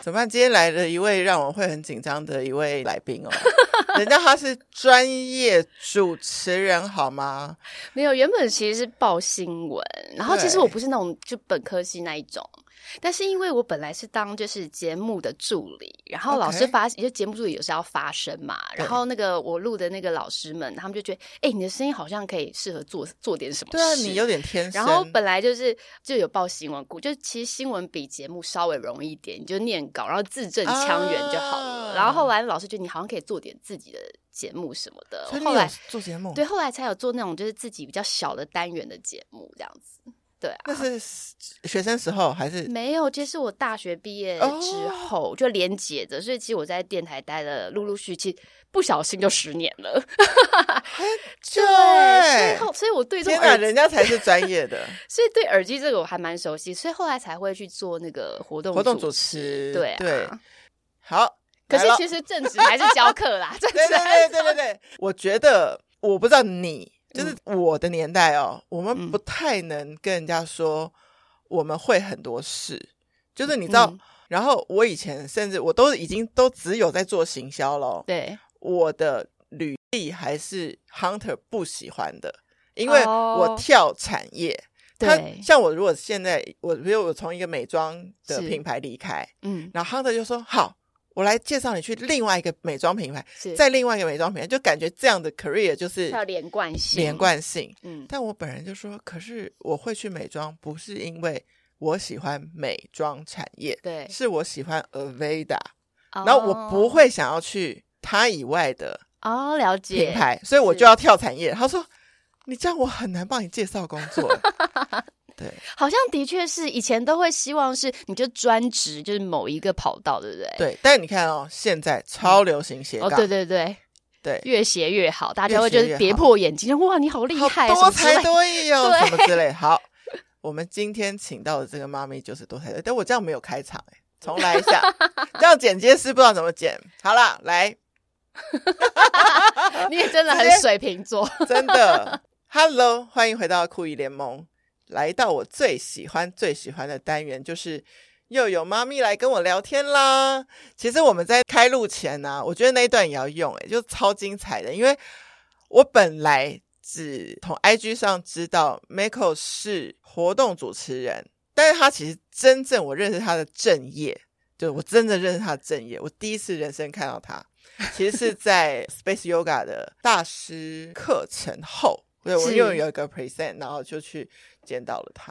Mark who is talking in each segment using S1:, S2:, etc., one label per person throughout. S1: 怎么办？今天来了一位让我会很紧张的一位来宾 哦，人家他是专业主持人好吗？
S2: 没有，原本其实是报新闻，然后其实
S1: 对
S2: 我不是那种就本科系那一种，但是因为我本来是当就是节目的助理，然后老师
S1: OK
S2: 发就节目助理有时候要发声嘛，
S1: 对
S2: 然后那个我录的那个老师们，他们就觉得，哎、你的声音好像可以适合做做点什么事，
S1: 对啊，你有点天生。
S2: 然后本来就是就有报新闻股，就其实新闻比节目稍微容易一点，你就念稿，然后字正腔圆就好了。
S1: 啊
S2: 然后后来老师觉得你好像可以做点自己的节目什么的
S1: 所以，你
S2: 后
S1: 有
S2: 来
S1: 做节目，啊
S2: 对，后来才有做那种就是自己比较小的单元的节目这样子。对啊，
S1: 那是学生时候还是
S2: 没有，其实我大学毕业
S1: 哦
S2: 之后就连结着，所以其实我在电台待了陆陆续续，不小心就十年了。
S1: 对
S2: 所以后，所以我对这
S1: 天
S2: 种
S1: 哪，
S2: 耳机
S1: 人家才是专业的
S2: 所以对耳机这个我还蛮熟悉，所以后来才会去做那个活动
S1: 活 动主
S2: 主
S1: 持。
S2: 对啊
S1: 对，好。
S2: 可是
S1: 来咯
S2: 其实正职还是教 课啦， 正
S1: 对
S2: 职
S1: 对
S2: 还
S1: 对
S2: 是
S1: 对对对，我觉得我不知道你，就是我的年代哦，我们
S2: 嗯
S1: 不太能跟人家说我们会很多事，就是你知道。
S2: 嗯
S1: 然后我以前甚至我都已经都只有在做行销咯，
S2: 对
S1: 我的履历还是 Hunter 不喜欢的，因为
S2: 哦
S1: 我跳产业。他
S2: 对
S1: 像我，如果现在我比如我从一个美妆的
S2: 是
S1: 品牌离开，
S2: 嗯
S1: 然后 Hunter 就说好。我来介绍你去另外一个美妆品牌，
S2: 是
S1: 在另外一个美妆品牌，就感觉这样的 career 就是
S2: 要连贯性，
S1: 连贯性。
S2: 嗯
S1: 但我本人就说，可是我会去美妆，不是因为我喜欢美妆产业，
S2: 对，哦
S1: 是我喜欢 Aveda，
S2: 然
S1: 然后我不会想要去它以外的
S2: 哦了解
S1: 品牌，所以我
S2: 是
S1: 就要跳产业。他说，你这样我很难帮你介绍工 作。对，
S2: 好像的确是以前都会希望是你就专职就是某一个跑道，对不对？
S1: 对，但你看哦，现在超流行斜
S2: 哦
S1: 杠，
S2: 对对对，
S1: 对
S2: 越写越好，大家
S1: 越
S2: 会
S1: 写
S2: 就是
S1: 越
S2: 别
S1: 好
S2: 破眼睛，哇，你好厉害，啊
S1: 好多
S2: 什么之类
S1: 才多艺哦，
S2: 对
S1: 什么之类。好，我们今天请到的这个妈咪就是多才多艺，但我这样没有开场哎、重来一 下，这样剪接师不知道怎么剪。好啦，来，
S2: 你 也真的很
S1: 直接
S2: 水瓶座，
S1: 真的，Hello，欢迎回到酷艺联盟，来到我最喜欢最喜欢的单元，就是又有妈咪来跟我聊天啦。其实我们在开录前呢、我觉得那一段也要用、欸，就超精彩的，因为我本来只从 IG 上知道 Miko 是活动主持人，但是他其实真正我认识他的正业，就是我真的认识他的正业，我第一次人生看到 他，其实是在 Space Yoga 的大师课程后，对我
S2: 是
S1: 又有一个 present，然后就去见到了他，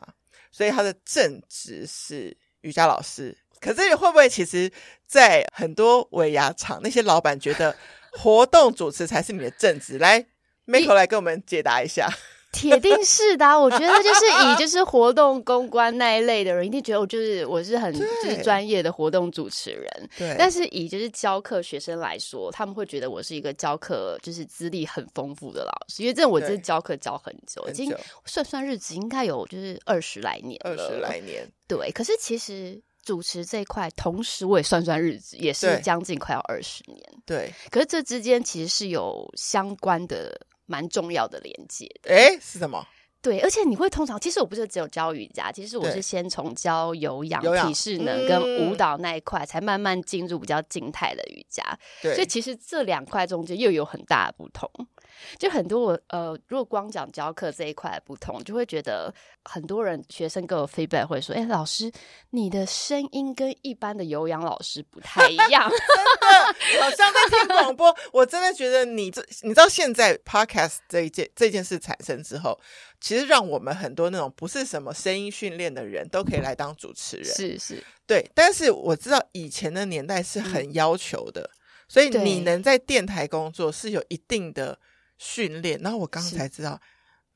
S1: 所以他的正职是瑜伽老师。可是会不会其实，在很多尾牙场，那些老板觉得活动主持才是你的正职？来，Miko 来给我们解答一下。
S2: 铁定是的啊、我觉得就是 以就是活动公关那一类的人，一定觉得我就是我是很就
S1: 对
S2: 是专业的活动主持人。
S1: 对
S2: 但是以就是教课学生来说，他们会觉得我是一个教课就是资历很丰富的老师，因为这我真的
S1: 对
S2: 教课教很久，已经算算日子应该有就是二十来年
S1: 二
S2: 了，
S1: 十来年，
S2: 对。可是其实主持这一块，同时我也算算日子，也是
S1: 对
S2: 将近快要二十年。
S1: 对，
S2: 可是这之间其实是有相关的蛮重要的连接的。
S1: 哎，是什么？
S2: 对，而且你会通常，其实我不是只有教瑜伽，其实我
S1: 对
S2: 是先从教有氧
S1: 有、氧
S2: 体适能跟
S1: 嗯
S2: 舞蹈那一块，才慢慢进入比较静态的瑜伽。
S1: 对，
S2: 所以其实这两块中间又有很大的不同。就很多我呃，如果光讲教课这一块的不同，就会觉得很多人学生跟我 feedback 会说：“哎、老师，你的声音跟一般的有氧老师不太一样。
S1: 好像在听广播。我真的觉得你这，你知道现在 podcast 这一件这件事产生之后，其实让我们很多那种不是什么声音训练的人都可以来当主持人。
S2: 是是，
S1: 对，但是我知道以前的年代是很要求的，所以你
S2: 嗯对
S1: 能在电台工作是有一定的训练。然后我刚
S2: 是
S1: 才知道。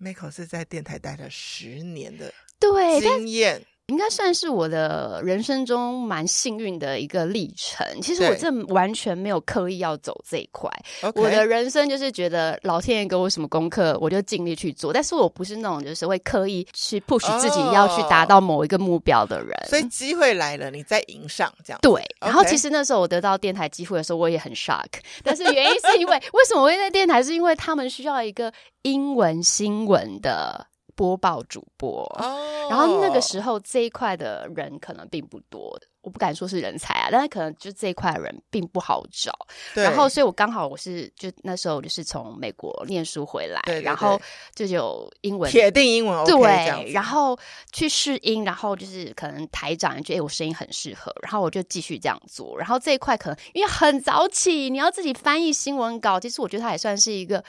S1: Miko 是在电台待了十年的
S2: 对，
S1: 经验，
S2: 应该算是我的人生中蛮幸运的一个历程。其实
S1: 对
S2: 我这完全没有刻意要走这一块，
S1: OK
S2: 我的人生就是觉得老天爷给我什么功课，我就尽力去做。但是我不是那种就是会刻意去 push 自己
S1: 哦
S2: 要去达到某一个目标的人。
S1: 所以机会来了，你再迎上这样。
S2: 对，然后
S1: OK
S2: 其实那时候我得到电台机会的时候，我也很 shock，但是原因是因为为什么我会在电台，是因为他们需要一个英文新闻的。播报主播。
S1: 哦，
S2: 然后那个时候这一块的人可能并不多，我不敢说是人才啊，但是可能就这一块的人并不好找。
S1: 对，
S2: 然后，所以我刚好我是就那时候我就是从美国念书回来，
S1: 对对
S2: 然后就有英文
S1: 铁定英文 OK 这样
S2: 对，
S1: 子
S2: 然后去试音，然后就是可能台长也觉得、诶我声音很适合，然后我就继续这样做。然后这一块可能因为很早起，你要自己翻译新闻稿，其实我觉得它也算是一个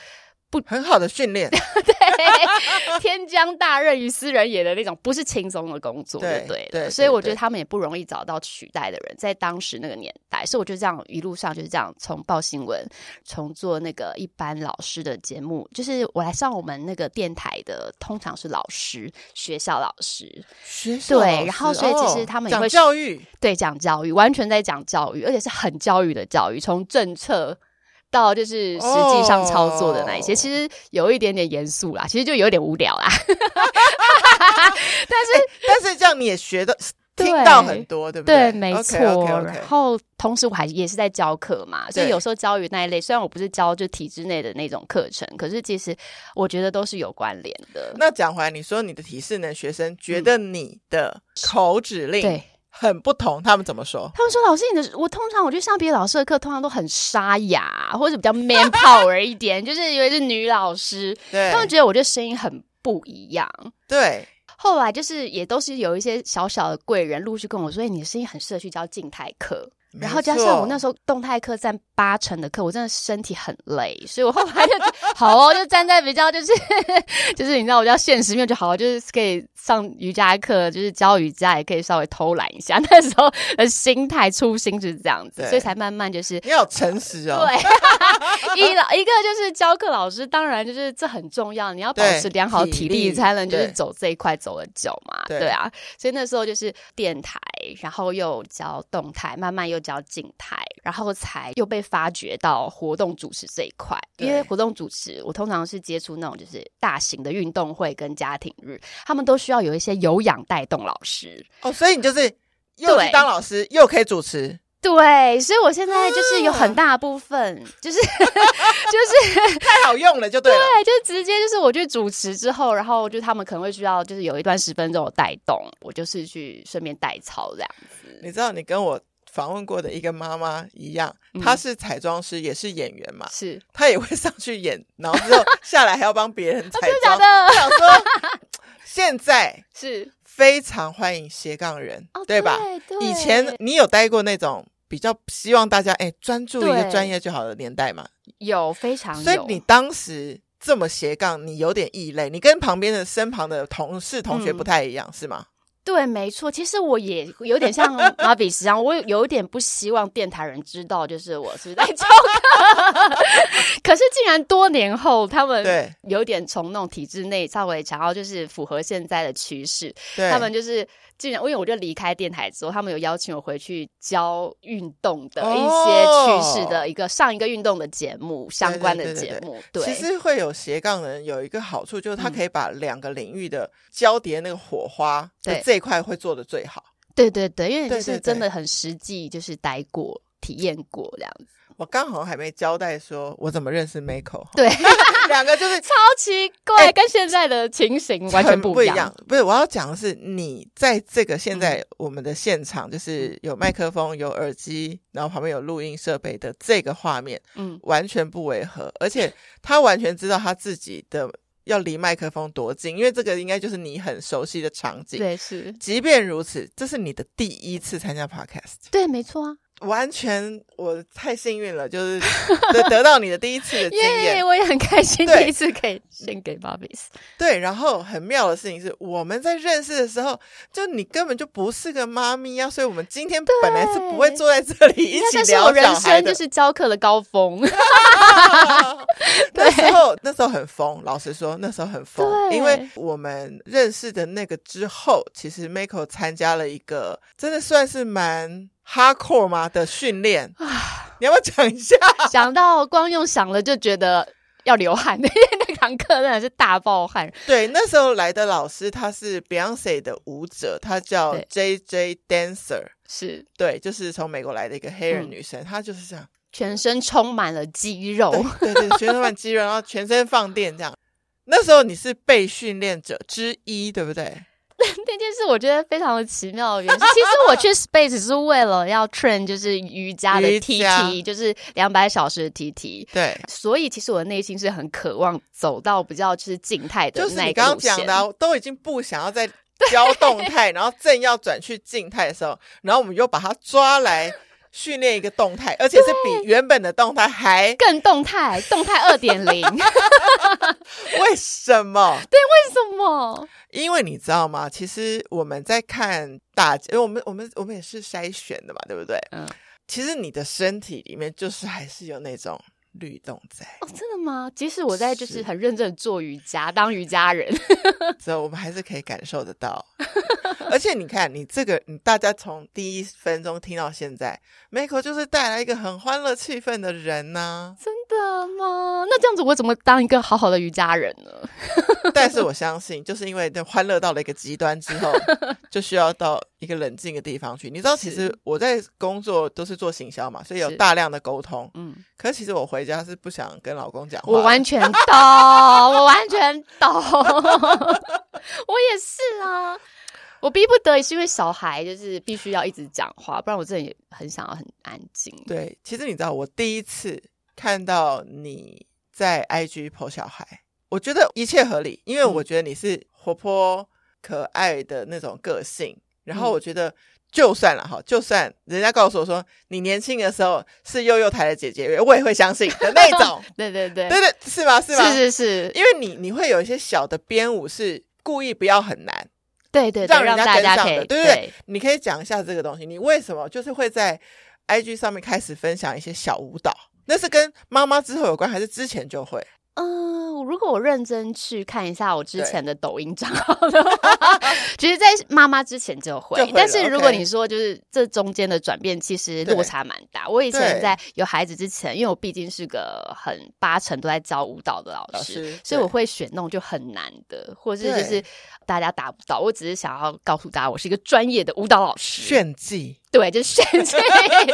S1: 很好的训 练，
S2: 对 天将大任于斯人也的那种，不是轻松的工作，
S1: 对
S2: 对对
S1: 对
S2: 了。所以
S1: 对
S2: 我觉
S1: 对
S2: 得他们也不容易找到取代的人，在当时那个年代，所以我就这样一路上就是这样从报新闻，从做那个一般老师的节目，就是我来上我们那个电台的，通常是老师，学校老师，
S1: 学校
S2: 对
S1: 老
S2: 然后
S1: 师
S2: 所以其
S1: 哦
S2: 实他们也
S1: 讲
S2: 会
S1: 教 育，
S2: 对，讲教育，完全在讲教育，而且是很教育的教育，从政策到就是实际上操作的那一些
S1: 哦
S2: 其实有一点点严肃啦，其实就有点无聊啦。
S1: 但是这样你也学到听到
S2: 对
S1: 很多，对不对，
S2: 对，没错。
S1: OK，
S2: 然后同时我还也是在教课嘛，所以
S1: 对
S2: 有时候教育那一类，虽然我不是教就体制内的那种课程，可是其实我觉得都是有关联的。
S1: 那讲回来，你说你的提示呢？学生觉得你的口指令
S2: 对。
S1: 很不同，他们怎么说？
S2: 他们说：“老师，你的我通常我去上别的老师的课，通常都很沙哑，啊或者比较 man power 一点， 就是因为是女老师，
S1: 对
S2: 他，们觉得我这声音很不一样。
S1: 对，
S2: 后来就是也都是有一些小小的贵人陆续跟我说，哎，你的声音很适合去教静态课。然后加上我那时
S1: 候，
S2: 候动态课占八成的课，我真的身体很累，所以我后来就觉得好哦，就站在比较就是 就是你知道我比较现实面就好，就是可以上瑜伽课，就是教瑜伽也可以稍微偷懒一下。那时候的心态初心就是这样子
S1: 对，
S2: 所以才慢慢就是
S1: 你好诚实哦。
S2: 对，一老一个就是教课老师，当然就是这很重要，你要保
S1: 对
S2: 持良好
S1: 体
S2: 体
S1: 力
S2: 力，才能就是
S1: 对
S2: 走这一块走得久嘛，
S1: 对
S2: 对啊。所以那时候就是电台，然后又教动态，慢慢又教静态，然后才又被发掘到活动主持这一块。因为
S1: 对
S2: 活动主持，我通常是接触那种就是大型的运动会跟家庭日，他们都需要有一些有氧带动老师。
S1: 哦，所以你就是又是
S2: 对
S1: 当老师，又可以主 持，
S2: 对，所以我现在就是有
S1: 啊
S2: 很大部分就是就是。
S1: 太好用了，就对了。
S2: 对，就直接就是我去主持之后，然后就他们可能会需要就是有一段十分钟的带动，我就是去顺便代操这样。
S1: 你知道，你跟我访问过的一个妈妈一样，
S2: 嗯
S1: 她是彩妆师，也是演员嘛，
S2: 是，
S1: 她也会上去演，然后之后下来还要帮别人彩
S2: 哦真的假
S1: 妆。
S2: 的？
S1: 我想说，现在
S2: 是，
S1: 非常欢迎斜杠人，
S2: 哦，
S1: 对吧？？
S2: 对
S1: 以前你有待过那种比较希望大家哎专注一个
S2: 对
S1: 专业就好的年代嘛？
S2: 有非常有，
S1: 所以你当时这么斜杠，你有点异类，你跟旁边的身旁的同事同学
S2: 嗯
S1: 不太一样，是吗？
S2: 对，没错。其实我也有点 像马比斯一样，我有有一点不希望电台人知道，就是我是 在教课。 可是竟然多年后，他们
S1: 对
S2: 有点从那种体制内稍微想要就是符合现在的趋势，
S1: 对，
S2: 他们就是竟然，因为我就离开电台之后，他们有邀请我回去教运动的一
S1: 哦
S2: 些趋势的一个、上一个运动的节目相关的节目，对
S1: 其实会有斜杠的人有一个好处，就是他可以把两个领域的交叠那个火花，
S2: 对
S1: 就这一块会做的最好。
S2: 对对对，因为
S1: 对
S2: 你
S1: 对
S2: 是真的很实际，就是待过、体验过这样子，
S1: 我刚好还没交代说我怎么认识 Mako，
S2: 对，
S1: 两个就是
S2: 超奇怪，
S1: 哎
S2: 跟现在的情形 完全
S1: 很不
S2: 一嗯
S1: 样。不是，我要讲的是，你在这个现在我们的现场，就是有麦克风、有耳机，然后旁边有录音设备的这个画面，
S2: 嗯，
S1: 完全不违和，而且他完全知道他自己的要离麦克风多近，因为这个应该就是你很熟悉的场景。
S2: 对，是，
S1: 即便如此，这是你的第一次参加 podcast，
S2: 对，没错啊，
S1: 完全我太幸运了，就是 得得到你的第一次的经
S2: 耶、
S1: 验。
S2: 我也很开心，
S1: 对
S2: 第一次可以献给 b o b b i s
S1: 对，然后很妙的事情是，我们在认识的时候，就你根本就不是个妈咪啊，所以我们今天本来是不会坐在这里一
S2: 应
S1: 起
S2: 该算是我
S1: 聊小
S2: 人
S1: 孩
S2: 生
S1: 的
S2: 就。是教课的高峰，
S1: 那时候那时候很疯，老实说那时候很疯，
S2: 对
S1: 因为我们认识的那个之后，其实 Mako 参加了一个真的算是蛮 hardcore 嘛的训练，
S2: 啊
S1: 你要不要讲一下？
S2: 想到光用想了就觉得要流汗，因为那堂课真的是大爆汗。
S1: 对，那时候来的老师他是 Beyonce 的舞者，她叫
S2: 对
S1: J J Dancer，
S2: 是
S1: 对，就是从美国来的一个黑人
S2: 嗯
S1: 女生，她就是这样，
S2: 全身充满了肌肉，哦
S1: 对对对，全身满肌肉，然后全身放电这样。那时候你是被训练者之一，对不对？
S2: 那件事我觉得非常的奇妙的原因是，其实我去 Space 是为了要 train 就是瑜伽的
S1: 瑜伽
S2: TT，就是两百小时的 TT，
S1: 对，
S2: 所以其实我的内心是很渴望走到比较就是静态的
S1: 就是
S2: 那
S1: 你
S2: 一个
S1: 刚刚
S2: 路线。
S1: 讲的啊、都已经不想要再教动态，然后正要转去静态的时候，然后我们又把它抓来训练一个动态，而且是比原本的动态还
S2: 更动态，动态二点 零，为
S1: 为什么？
S2: 什么？
S1: 因为你知道吗？其实我们在看大家，因为我们我们我们也是筛选的嘛，对不对？
S2: 嗯，
S1: 其实你的身体里面就是还是有那种律动在，
S2: 哦，真的吗？即使我在就是
S1: 是
S2: 很认真地做瑜伽，当瑜伽人，
S1: 所以我们还是可以感受得 到。而且你看，你这个你大家从第一分钟听到现在，Michael 就是带来一个很欢乐气氛的人 呢、
S2: 真的吗？那这样子我怎么当一个好好的瑜伽人呢？
S1: 但是我相信，就是因为那欢乐到了一个极端之后，就需要到一个冷静的地方去。你知道，其实我在工作都是做行销嘛，所以有
S2: 是
S1: 大量的沟通。
S2: 嗯，
S1: 可是其实我回家是不想跟老公讲话的，
S2: 我完全懂，我完全懂， 我也是啊。我逼不得已是因为小孩就是必须要一直讲话，不然我真的也很想要很安静。
S1: 对。其实你知道，我第一次看到你在 IG 剖小孩，我觉得一切合理，因为
S2: 嗯
S1: 我觉得你是活泼可爱的那种个性，然后
S2: 嗯
S1: 我觉得。就算了哈，就算人家告诉我说你年轻的时候是幼幼台的姐姐，我也会相信的那 种。
S2: 对对对，
S1: 对对，是吗？是吗？
S2: 是是是，
S1: 因为你你会有一些小的编舞是故意不要很难，
S2: 对对对，
S1: 让
S2: 让
S1: 人
S2: 大
S1: 跟
S2: 家
S1: 上
S2: 可以
S1: 的，对不对？你可以讲一下这个东西，你为什么就是会在 IG 上面开始分享一些小舞蹈？那是跟妈妈之后有关，还是之前就会？
S2: 嗯，如果我认真去看一下我之前的抖音账号的话，其实，在妈妈之前就会。
S1: 就会了
S2: 但是如果
S1: OK
S2: 你说就是这中间的转变，其实
S1: 对
S2: 落差蛮大。我以前
S1: 对
S2: 在有孩子之前，因为我毕竟是个很八成都在教舞蹈的老
S1: 老
S2: 师，
S1: 师
S2: 所以我
S1: 对
S2: 会选那种就很难的，或者是就
S1: 对
S2: 是大家达不到。我只是想要告诉大家，我是一个专业的舞蹈老师。
S1: 炫技，
S2: 对，就是炫技，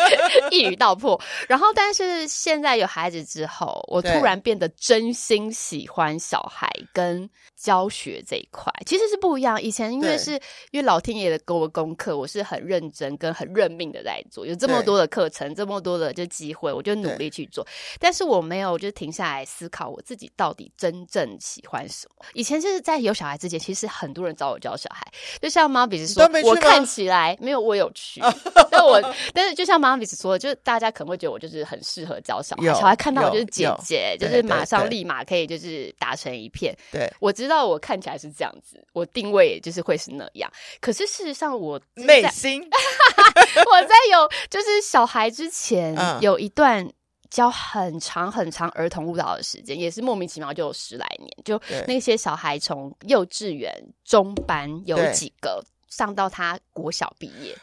S2: 一语道破。然后，但是现在有孩子之后，我突
S1: 对
S2: 然变得真心喜欢小孩跟教学这一块，其实是不一样。以前因为
S1: 对
S2: 是因为老天爷的给我功课，我是很认真跟很认命的在做，有这么
S1: 对
S2: 多的课程，这么多的就机会，我就努
S1: 对
S2: 力去做。但是我没有就停下来思考我自己到底真正喜欢什么。以前就是在有小孩之前，其实很多人找我教小孩，就像妈比是说
S1: 都没，去
S2: 我
S1: 吗
S2: 看起来没有我有 去， 但我但是就像妈比是说的，就是大家可能会觉得我就是很适合教小孩，
S1: 有
S2: 小孩看到我
S1: 有
S2: 就是姐
S1: 有
S2: 姐，就
S1: 对
S2: 是
S1: 对
S2: 马上
S1: 对
S2: 立马可以就是打成一片。
S1: 对，
S2: 我知道我看起来是这样子，我定位也就是会是那样。可是事实上我就是
S1: 内
S2: 在
S1: 心，Oh
S2: 我在有就是小孩之前，
S1: 嗯
S2: 有一段教很长很长儿童舞蹈的时间，也是莫名其妙就有十来年，就
S1: 对
S2: 那些小孩从幼稚园中班有
S1: 对
S2: 几个上到他国小毕 业。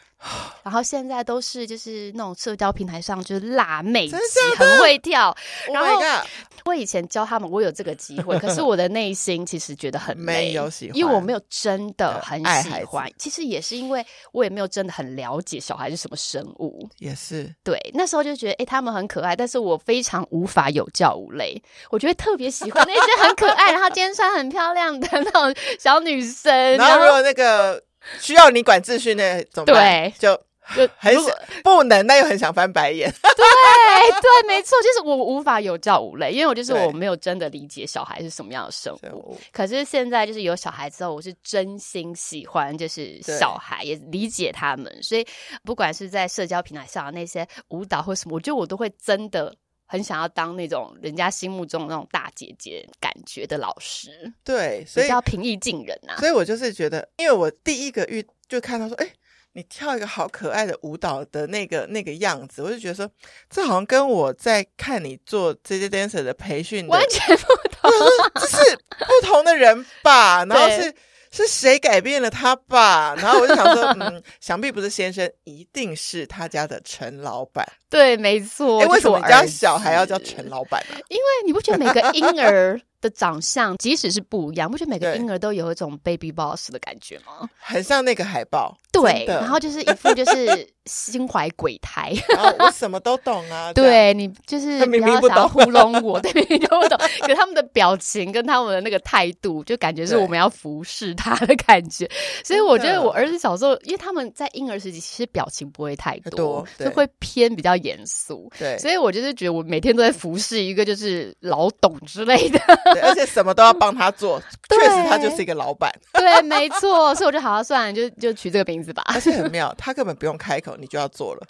S2: 然后现在都是就是那种社交平台上就是辣妹级
S1: 真的，
S2: 很会跳。
S1: ，Oh
S2: 然后
S1: my god，
S2: 我以前教他们，我有这个机会，可是我的内心其实觉得很
S1: 没
S2: 累
S1: 有喜欢
S2: 因为我没有真的
S1: 呃
S2: 很
S1: 爱
S2: 喜
S1: 孩子
S2: 欢。其实也是因为我也没有真的很了解小孩是什么生物。
S1: 也是
S2: 对，那时候就觉得，哎、他们很可爱，但是我非常无法有教无类。我觉得特别喜欢那些很可爱，然后今天穿很漂亮的那种小女生，
S1: 然后如果那个需要你管秩序那怎么办
S2: 对？
S1: 就
S2: 就
S1: 很
S2: 如
S1: 想
S2: 果
S1: 不能，但又很想翻白 眼。
S2: 对对，没错，就是我无法有教无类，因为我就是
S1: 对啊
S2: 我没有真的理解小孩是什么样的生
S1: 生
S2: 物
S1: 物。
S2: 可是现在就是有小孩之后，我是真心喜欢就是
S1: 对
S2: 小孩，也理解他们，所以不管是在社交平台上的啊那些舞蹈或什么，我觉得我都会真的。很想要当那种人家心目中的那种大姐姐感觉的老师，
S1: 对，所
S2: 比
S1: 以
S2: 较平易近人啊。
S1: 所以我就是觉得，因为我第一个遇就看到说，哎、你跳一个好可爱的舞蹈的那个那个样子，我就觉得说，这好像跟我在看你做 J J Dancer 的培训的，
S2: 完全 不
S1: 我
S2: 同，
S1: 想说这是不同的人吧？然后
S2: 对
S1: 是是谁改变了他吧？然后我就想说，嗯，想必不是先生，一定是他家的陈老板。
S2: 对，没错。
S1: 哎、为
S2: 就是
S1: 什
S2: 我
S1: 么你家
S2: 儿
S1: 小孩要叫
S2: 子
S1: 陈老板呢、
S2: 因为你不觉得每个婴儿的长相，即使是不一样，不觉得每个
S1: 对
S2: 婴儿都有一种 baby boss 的感觉吗？
S1: 很像那个海报。
S2: 对，
S1: 真的
S2: 然后就是一副就是心怀鬼胎，
S1: 然后我什么都懂 啊，这样，
S2: 对你就是
S1: 他
S2: 不
S1: 明
S2: 要
S1: 明不
S2: 想要
S1: 懂
S2: 糊弄我， 对，明明就不懂。可他们的表情跟他们的那个态度，就感觉是
S1: 对
S2: 我们要服侍他的感觉。所以我觉
S1: 真
S2: 得
S1: 的
S2: 我儿子小时候，因为他们在婴儿时期其实表情不会太多
S1: 多，
S2: 就
S1: 对
S2: 会偏比较严肃。
S1: 对
S2: 所以我就是觉得我每天都在服侍一个就是老董之类的，
S1: 对，而且什么都要帮他做，
S2: 对
S1: 确实他就是一个老 板，
S2: 对，没错。所以我就好好算了，就就取这个名字吧。
S1: 而且很妙，他根本不用开口，你就要做了。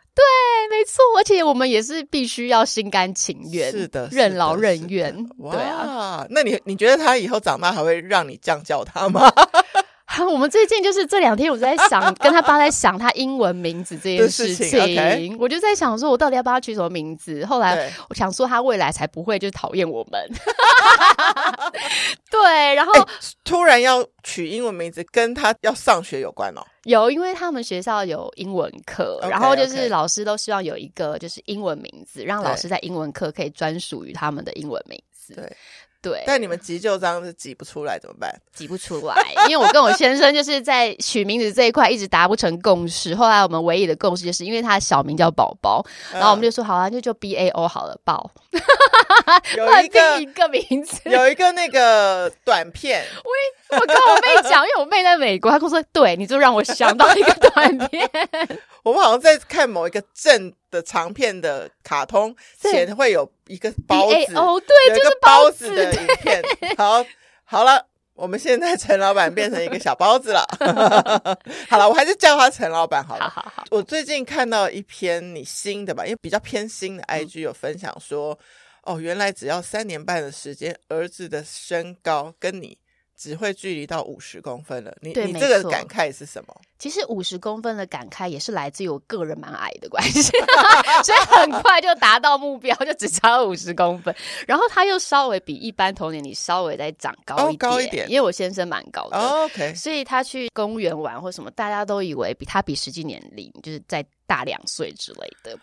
S2: 没错，而且我们也是必须要心甘情愿，
S1: 是的，是
S2: 任
S1: 的
S2: 劳任
S1: 是的
S2: 怨， 对啊。
S1: 哇，那你你觉得他以后长大还会让你这样叫他 吗？
S2: 我们最近就是这两天，我在想跟他爸在想他英文名字这件
S1: 的
S2: 事
S1: 事情
S2: 情，
S1: ，OK
S2: 我就在想说，我到底要帮他取什么名字？后来
S1: 对
S2: 我想说，他未来才不会就是讨厌我 们。对，然后
S1: 突然要取英文名字，跟他要上学有关哦。
S2: 有，因为他们学校有英文课
S1: OK，
S2: 然后就是
S1: OK
S2: 老师都希望有一个就是英文名字，让
S1: 对
S2: 老师在英文课可以专属于他们的英文名字。
S1: 对
S2: 对，
S1: 但你们急救章是挤不出来怎么办？
S2: 挤不出来，因为我跟我先生就是在取名字这一块一直达不成共识。后来我们唯一的共识就是因为他的小名叫宝宝，
S1: 嗯
S2: 然后我们就说好啊，那就 B A O 好了，宝，
S1: 就呃有
S2: 换
S1: 一
S2: 另一
S1: 个
S2: 个名字。
S1: 有一个那个短片，
S2: 我跟我妹讲，因为我妹在美国，她跟我说，对，你就让我想到一个短片，
S1: 我们好像在看某一个正的长片的卡通
S2: 对
S1: 前会有一个
S2: B
S1: 包
S2: A
S1: 子，
S2: O，对，
S1: 有
S2: 就
S1: 一
S2: 是
S1: 个
S2: 包
S1: 包
S2: 子
S1: 子的影片。好，好了。我们现在陈老板变成一个小包子了， 好了，我还是叫他陈老板好了。
S2: 好好好，
S1: 我最近看到一篇你新的吧，因为比较偏新的
S2: 嗯
S1: IG 有分享说，哦，原来只要三年半的时间，儿子的身高跟你只会距离到五十公分了。你
S2: 对
S1: 你
S2: 没
S1: 这个
S2: 错
S1: 感慨是什么？
S2: 其实五十公分的感慨也是来自于我个人蛮矮的关系， 所以很快就达到目标，就只差五十公分。然后他又稍微比一般同年龄稍微再长高
S1: 哦
S2: 一点，
S1: 高一点
S2: 因为我先生蛮高的，
S1: 哦 OK，
S2: 所以他去公园玩或什么，大家都以为比他比实际年龄就是在大两岁之类的。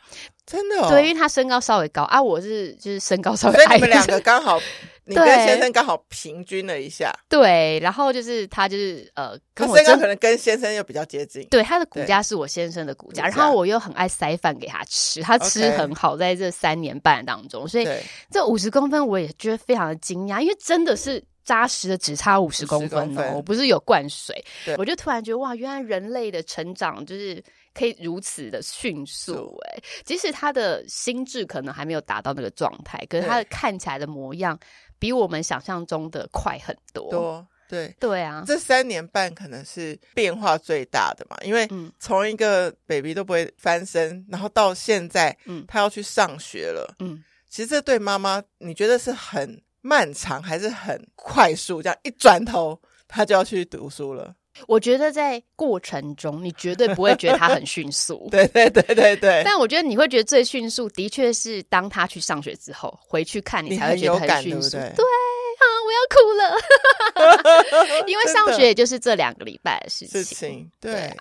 S1: 真的、哦，哦
S2: 对，因为他身高稍微高啊，我是就是身高稍微
S1: 所以
S2: 矮
S1: 你
S2: 一
S1: 们
S2: 点，
S1: 两个刚好，你跟
S2: 对
S1: 先生刚好平均了一下，
S2: 对，然后就是他就是呃
S1: 他
S2: 跟我
S1: 身高
S2: 真
S1: 可能跟先生又比较接近。
S2: 对，他的骨
S1: 对
S2: 架是我先生的骨架，
S1: 骨
S2: 然
S1: 架
S2: 后我又很爱塞饭给他吃，他吃
S1: OK
S2: 很好，在这三年半当中，所以
S1: 对，
S2: 这五十公分我也觉得非常的惊讶，因为真的是扎实的只差五十公分哦，
S1: 公分
S2: 我不是有灌水
S1: 对，
S2: 我就突然觉得哇，原来人类的成长就是可以如此的迅速
S1: 速
S2: 哎、即使他的心智可能还没有达到那个状态，可是
S1: 对
S2: 他的看起来的模样比我们想象中的快很多。
S1: 多对。
S2: 对啊，
S1: 这三年半可能是变化最大的嘛，因为
S2: 嗯
S1: 从一个 baby 都不会翻身，然后到现在，
S2: 嗯
S1: 他要去上学了。
S2: 嗯，
S1: 其实这对妈妈，你觉得是很漫长，还是很快速？这样一转头，他就要去读书了。。
S2: 我觉得在过程中，你绝对不会觉得他很迅速
S1: 对对对对对，
S2: 但我觉得你会觉得最迅速，的确是当他去上学之后，回去看你
S1: 你
S2: 才会
S1: 很
S2: 觉
S1: 有
S2: 得
S1: 感，对
S2: 迅
S1: 不
S2: 速。啊
S1: 对？
S2: 我要哭 了，因为上学也就是这两个礼拜的事情。
S1: 事情，对。
S2: 对啊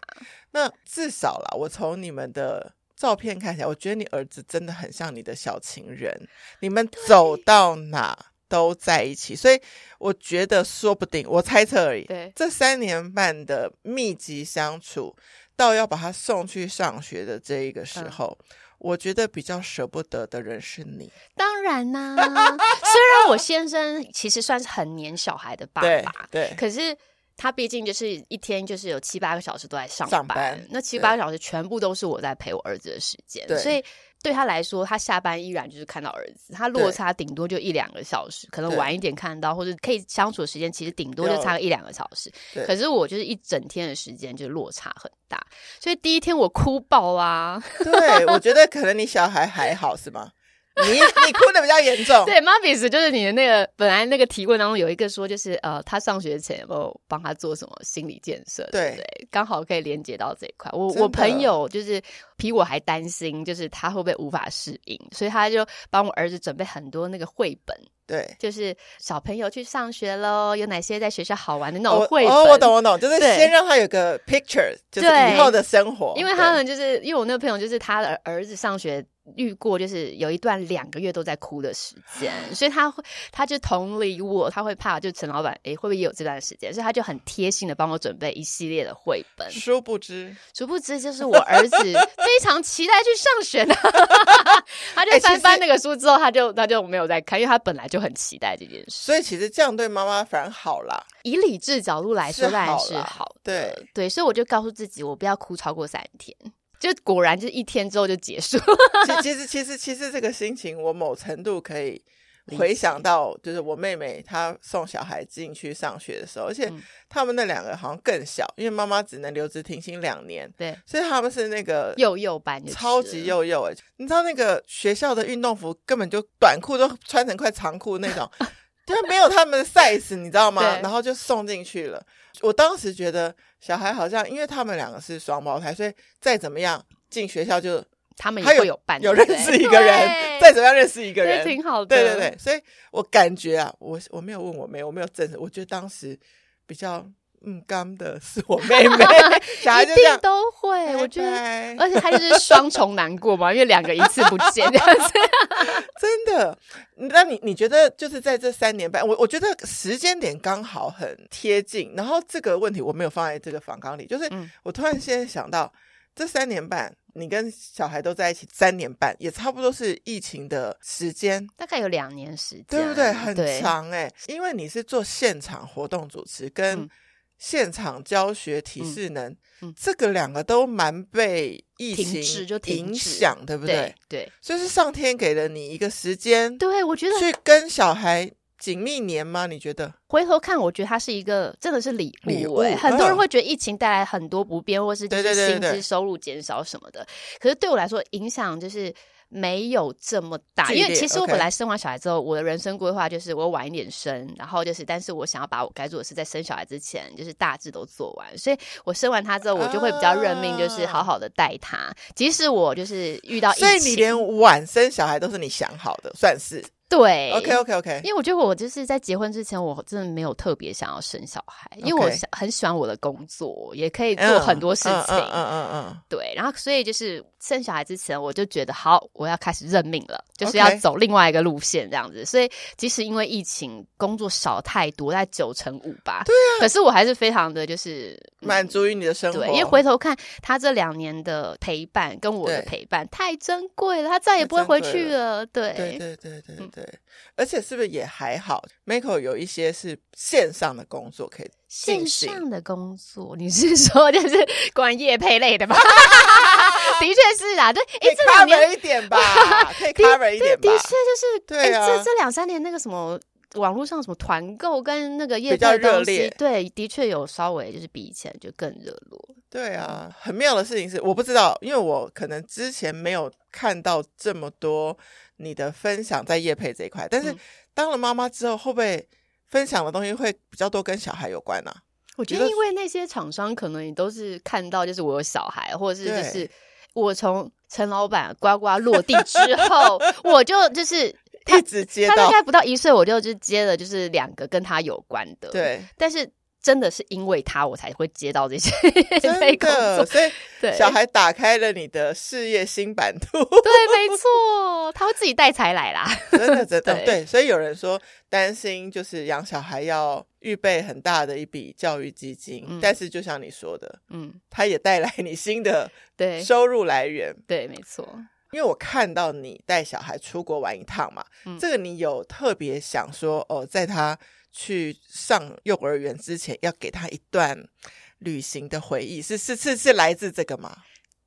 S1: 那至少啦，我从你们的照片看起来，我觉得你儿子真的很像你的小情人，你们走到哪都在一起，所以我觉得说不定，我猜测而已。
S2: 对
S1: 这三年半的密集相处，到要把他送去上学的这一个时
S2: 嗯
S1: 候。我觉得比较舍不得的人是你，
S2: 当然啦、 虽然我先生其实算是很黏小孩的爸
S1: 对
S2: 爸，
S1: 对
S2: 可是。他毕竟就是一天就是有七八个小时都在上班，
S1: 上班
S2: 那七
S1: 对
S2: 八个小时全部都是我在陪我儿子的时间，
S1: 对
S2: 所以对他来说，他下班依然就是看到儿子，他落差顶多就一两个小时，可能
S1: 对
S2: 晚一点看到，或者可以相处的时间其实顶多就差个一两个小时，
S1: 对
S2: 可是我就是一整天的时间就落差很大，所以第一天我哭爆啊，
S1: 对我觉得可能你小孩还好是吗？你你哭的比较严重，
S2: 对 m a v i s 就是你的那个本来那个提问当中有一个说，就是呃，他上学前有没有帮他做什么心理建设？对
S1: 对
S2: 不对，刚好可以连接到这一块。我
S1: 真的
S2: 我朋友就是比我还担心，就是他会不会无法适应，所以他就帮我儿子准备很多那个绘本，
S1: 对，
S2: 就是小朋友去上学喽，有哪些在学校好玩的那种
S1: 哦
S2: 绘本。
S1: 哦，我懂，我懂，就是
S2: 对
S1: 先让他有个 picture，就是
S2: 对
S1: 以后的生活，
S2: 因为他们就是因为我那个朋友，就是他的儿子上学遇过，就是有一段两个月都在哭的时间，所以他会，他就同理我，他会怕，就陈老板，诶、会不会也有这段时间？所以他就很贴心的帮我准备一系列的绘本。
S1: 殊不知，
S2: 殊不知，就是我儿 子非常期待去上学的，他就
S1: 哎诶其
S2: 翻翻
S1: 实
S2: 那个书之后，他就他就没有再看，因为他本来就很期待这件事。
S1: 所以其实这样对妈妈反而好啦。
S2: 以理智角度来说，
S1: 是
S2: 当然
S1: 好
S2: 是
S1: 啦
S2: 好
S1: 对
S2: 的，对，所以我就告诉自己，我不要哭超过三天。就果然就是一天之后就结束，
S1: 其其实其实其实这个心情，我某程度可以回想到，就是我妹妹她送小孩进去上学的时候，而且
S2: 嗯
S1: 他们那两个好像更小，因为妈妈只能留职停薪两年，
S2: 对，
S1: 所以他们是那个
S2: 幼幼班就是
S1: 超级幼幼哎、你知道那个学校的运动服根本就短裤都穿成快长裤那种，就是没有他们的 size，你知道吗？
S2: 对
S1: 然后就送进去了。我当时觉得小孩好像，因为他们两个是双胞胎，所以再怎么样进学校就
S2: 他们也
S1: 还有
S2: 会有伴，
S1: 有
S2: 对
S1: 认
S2: 不对
S1: 识一个人，再
S2: 对
S1: 怎么样认识一个
S2: 对
S1: 人，
S2: 挺好的，
S1: 对对对，所以我感觉啊，我我没有问我妹，我没有证实，我觉得当时比较嗯刚的是我妹 妹，小孩
S2: 一
S1: 就这
S2: 定
S1: 样，
S2: 都会，我
S1: 拜
S2: 觉得。
S1: 拜
S2: 而且他就是双重难过嘛，因为两个一次不见 这样子。
S1: 真的，那你你觉得就是在这三年半，我我觉得时间点刚好很贴近。然后这个问题我没有放在这个访纲里，就是
S2: 嗯
S1: 我突然间想到，这三年半你跟小孩都在一起三年半，也差不多是疫情的时间，
S2: 大概有两年时间，
S1: 对不对？很长哎、因为你是做现场活动主持跟
S2: 嗯
S1: 现场教学体适能，
S2: 嗯
S1: 这个两个都蛮被疫
S2: 停
S1: 情
S2: 滞就停
S1: 影
S2: 滞
S1: 响，对不对？
S2: 对对
S1: 所以是上天给了你一个时间。
S2: 对，我觉得
S1: 去跟小孩紧密黏吗？你觉得？
S2: 回头看，我觉得它是一个真的是礼物、欸，
S1: 礼物
S2: 很多
S1: 嗯
S2: 人会觉得疫情带来很多不便，或是就
S1: 对对
S2: 是
S1: 对
S2: 薪
S1: 对
S2: 资收入减少什么的。可是对我来说，影响就是没有这么大，
S1: 剧
S2: 因为
S1: 烈
S2: 其实我
S1: OK
S2: 本来生完小孩之后，我的人生规划就是我晚一点生，然后就是，但是我想要把我该做的事在生小孩之前，就是大致都做完。所以我生完他之后，我就会比较认命，就是
S1: 啊
S2: 好好的带他。即使我就是遇到疫情，
S1: 所以你连晚生小孩都是你想好的，算是
S2: 对
S1: OK OK OK。
S2: 哎因为我觉得我就是在结婚之前，我真的没有特别想要生小孩，因为我
S1: OK
S2: 想很喜欢我的工作，也可以做很多事
S1: 嗯
S2: 情。
S1: 嗯嗯嗯嗯
S2: 对，然后所以就是生小孩之前，我就觉得好，我要开始认命了，就是要
S1: OK
S2: 走另外一个路线这样子。所以即使因为疫情，工作少太多，在九成五吧，对啊，可是我还是非常的就是
S1: 嗯，满足于你的生活。
S2: 对，因为回头看他这两年的陪伴跟我的
S1: 对
S2: 陪伴太珍贵了，他再也
S1: 太
S2: 不会
S1: 珍
S2: 回
S1: 贵
S2: 去了。对，
S1: 对对对对
S2: 嗯
S1: 对，而且是不是也还好？Miko 有一些是线上的工作可以
S2: 线
S1: 进行
S2: 上的工作，你是说就是关于业配类的吧？ 的确是啊，对，
S1: 可
S2: 哎、
S1: 以
S2: 这两年
S1: cover 一点吧， 可以 cover 一点吧
S2: 的确。就是，
S1: 对啊
S2: 诶这这两三年那个什么。网络上什么团购跟那个业
S1: 比较
S2: 配的
S1: 热
S2: 东
S1: 烈
S2: 西，对，的确有稍微就是比以前就更热络。
S1: 对啊，很妙的事情是，我不知道，因为我可能之前没有看到这么多你的分享在叶配这一块，但是
S2: 嗯
S1: 当了妈妈之后，会不会分享的东西会比较多跟小孩有关啊呢、
S2: 我觉
S1: 觉
S2: 得，
S1: 得
S2: 因为那些厂商可能你都是看到，就是我有小孩，或者是就
S1: 对
S2: 是我从陈老板呱呱落地之后，我就就是他
S1: 一直接
S2: 他
S1: 到
S2: 大概不到一岁，我就就接了就是两个跟他有关的。，
S1: 对，
S2: 但是真的是因为他，我才会接到这些
S1: 真
S2: 被工
S1: 的，
S2: 作。
S1: 所以
S2: 对，
S1: 小孩打开了你的事业新版图，
S2: 对，没错，他会自己带财来啦。
S1: 真的真的、
S2: 对
S1: 对，所以有人说担心就是养小孩要预备很大的一笔教育基金，
S2: 嗯
S1: 但是就像你说的，
S2: 嗯，
S1: 它也带来你新的
S2: 对，
S1: 收入来源。
S2: 对，没错。
S1: 因为我看到你带小孩出国玩一趟嘛，
S2: 嗯
S1: 这个你有特别想说哦，在他去上幼儿园之前，要给他一段旅行的回忆，是是是是来自这个 吗？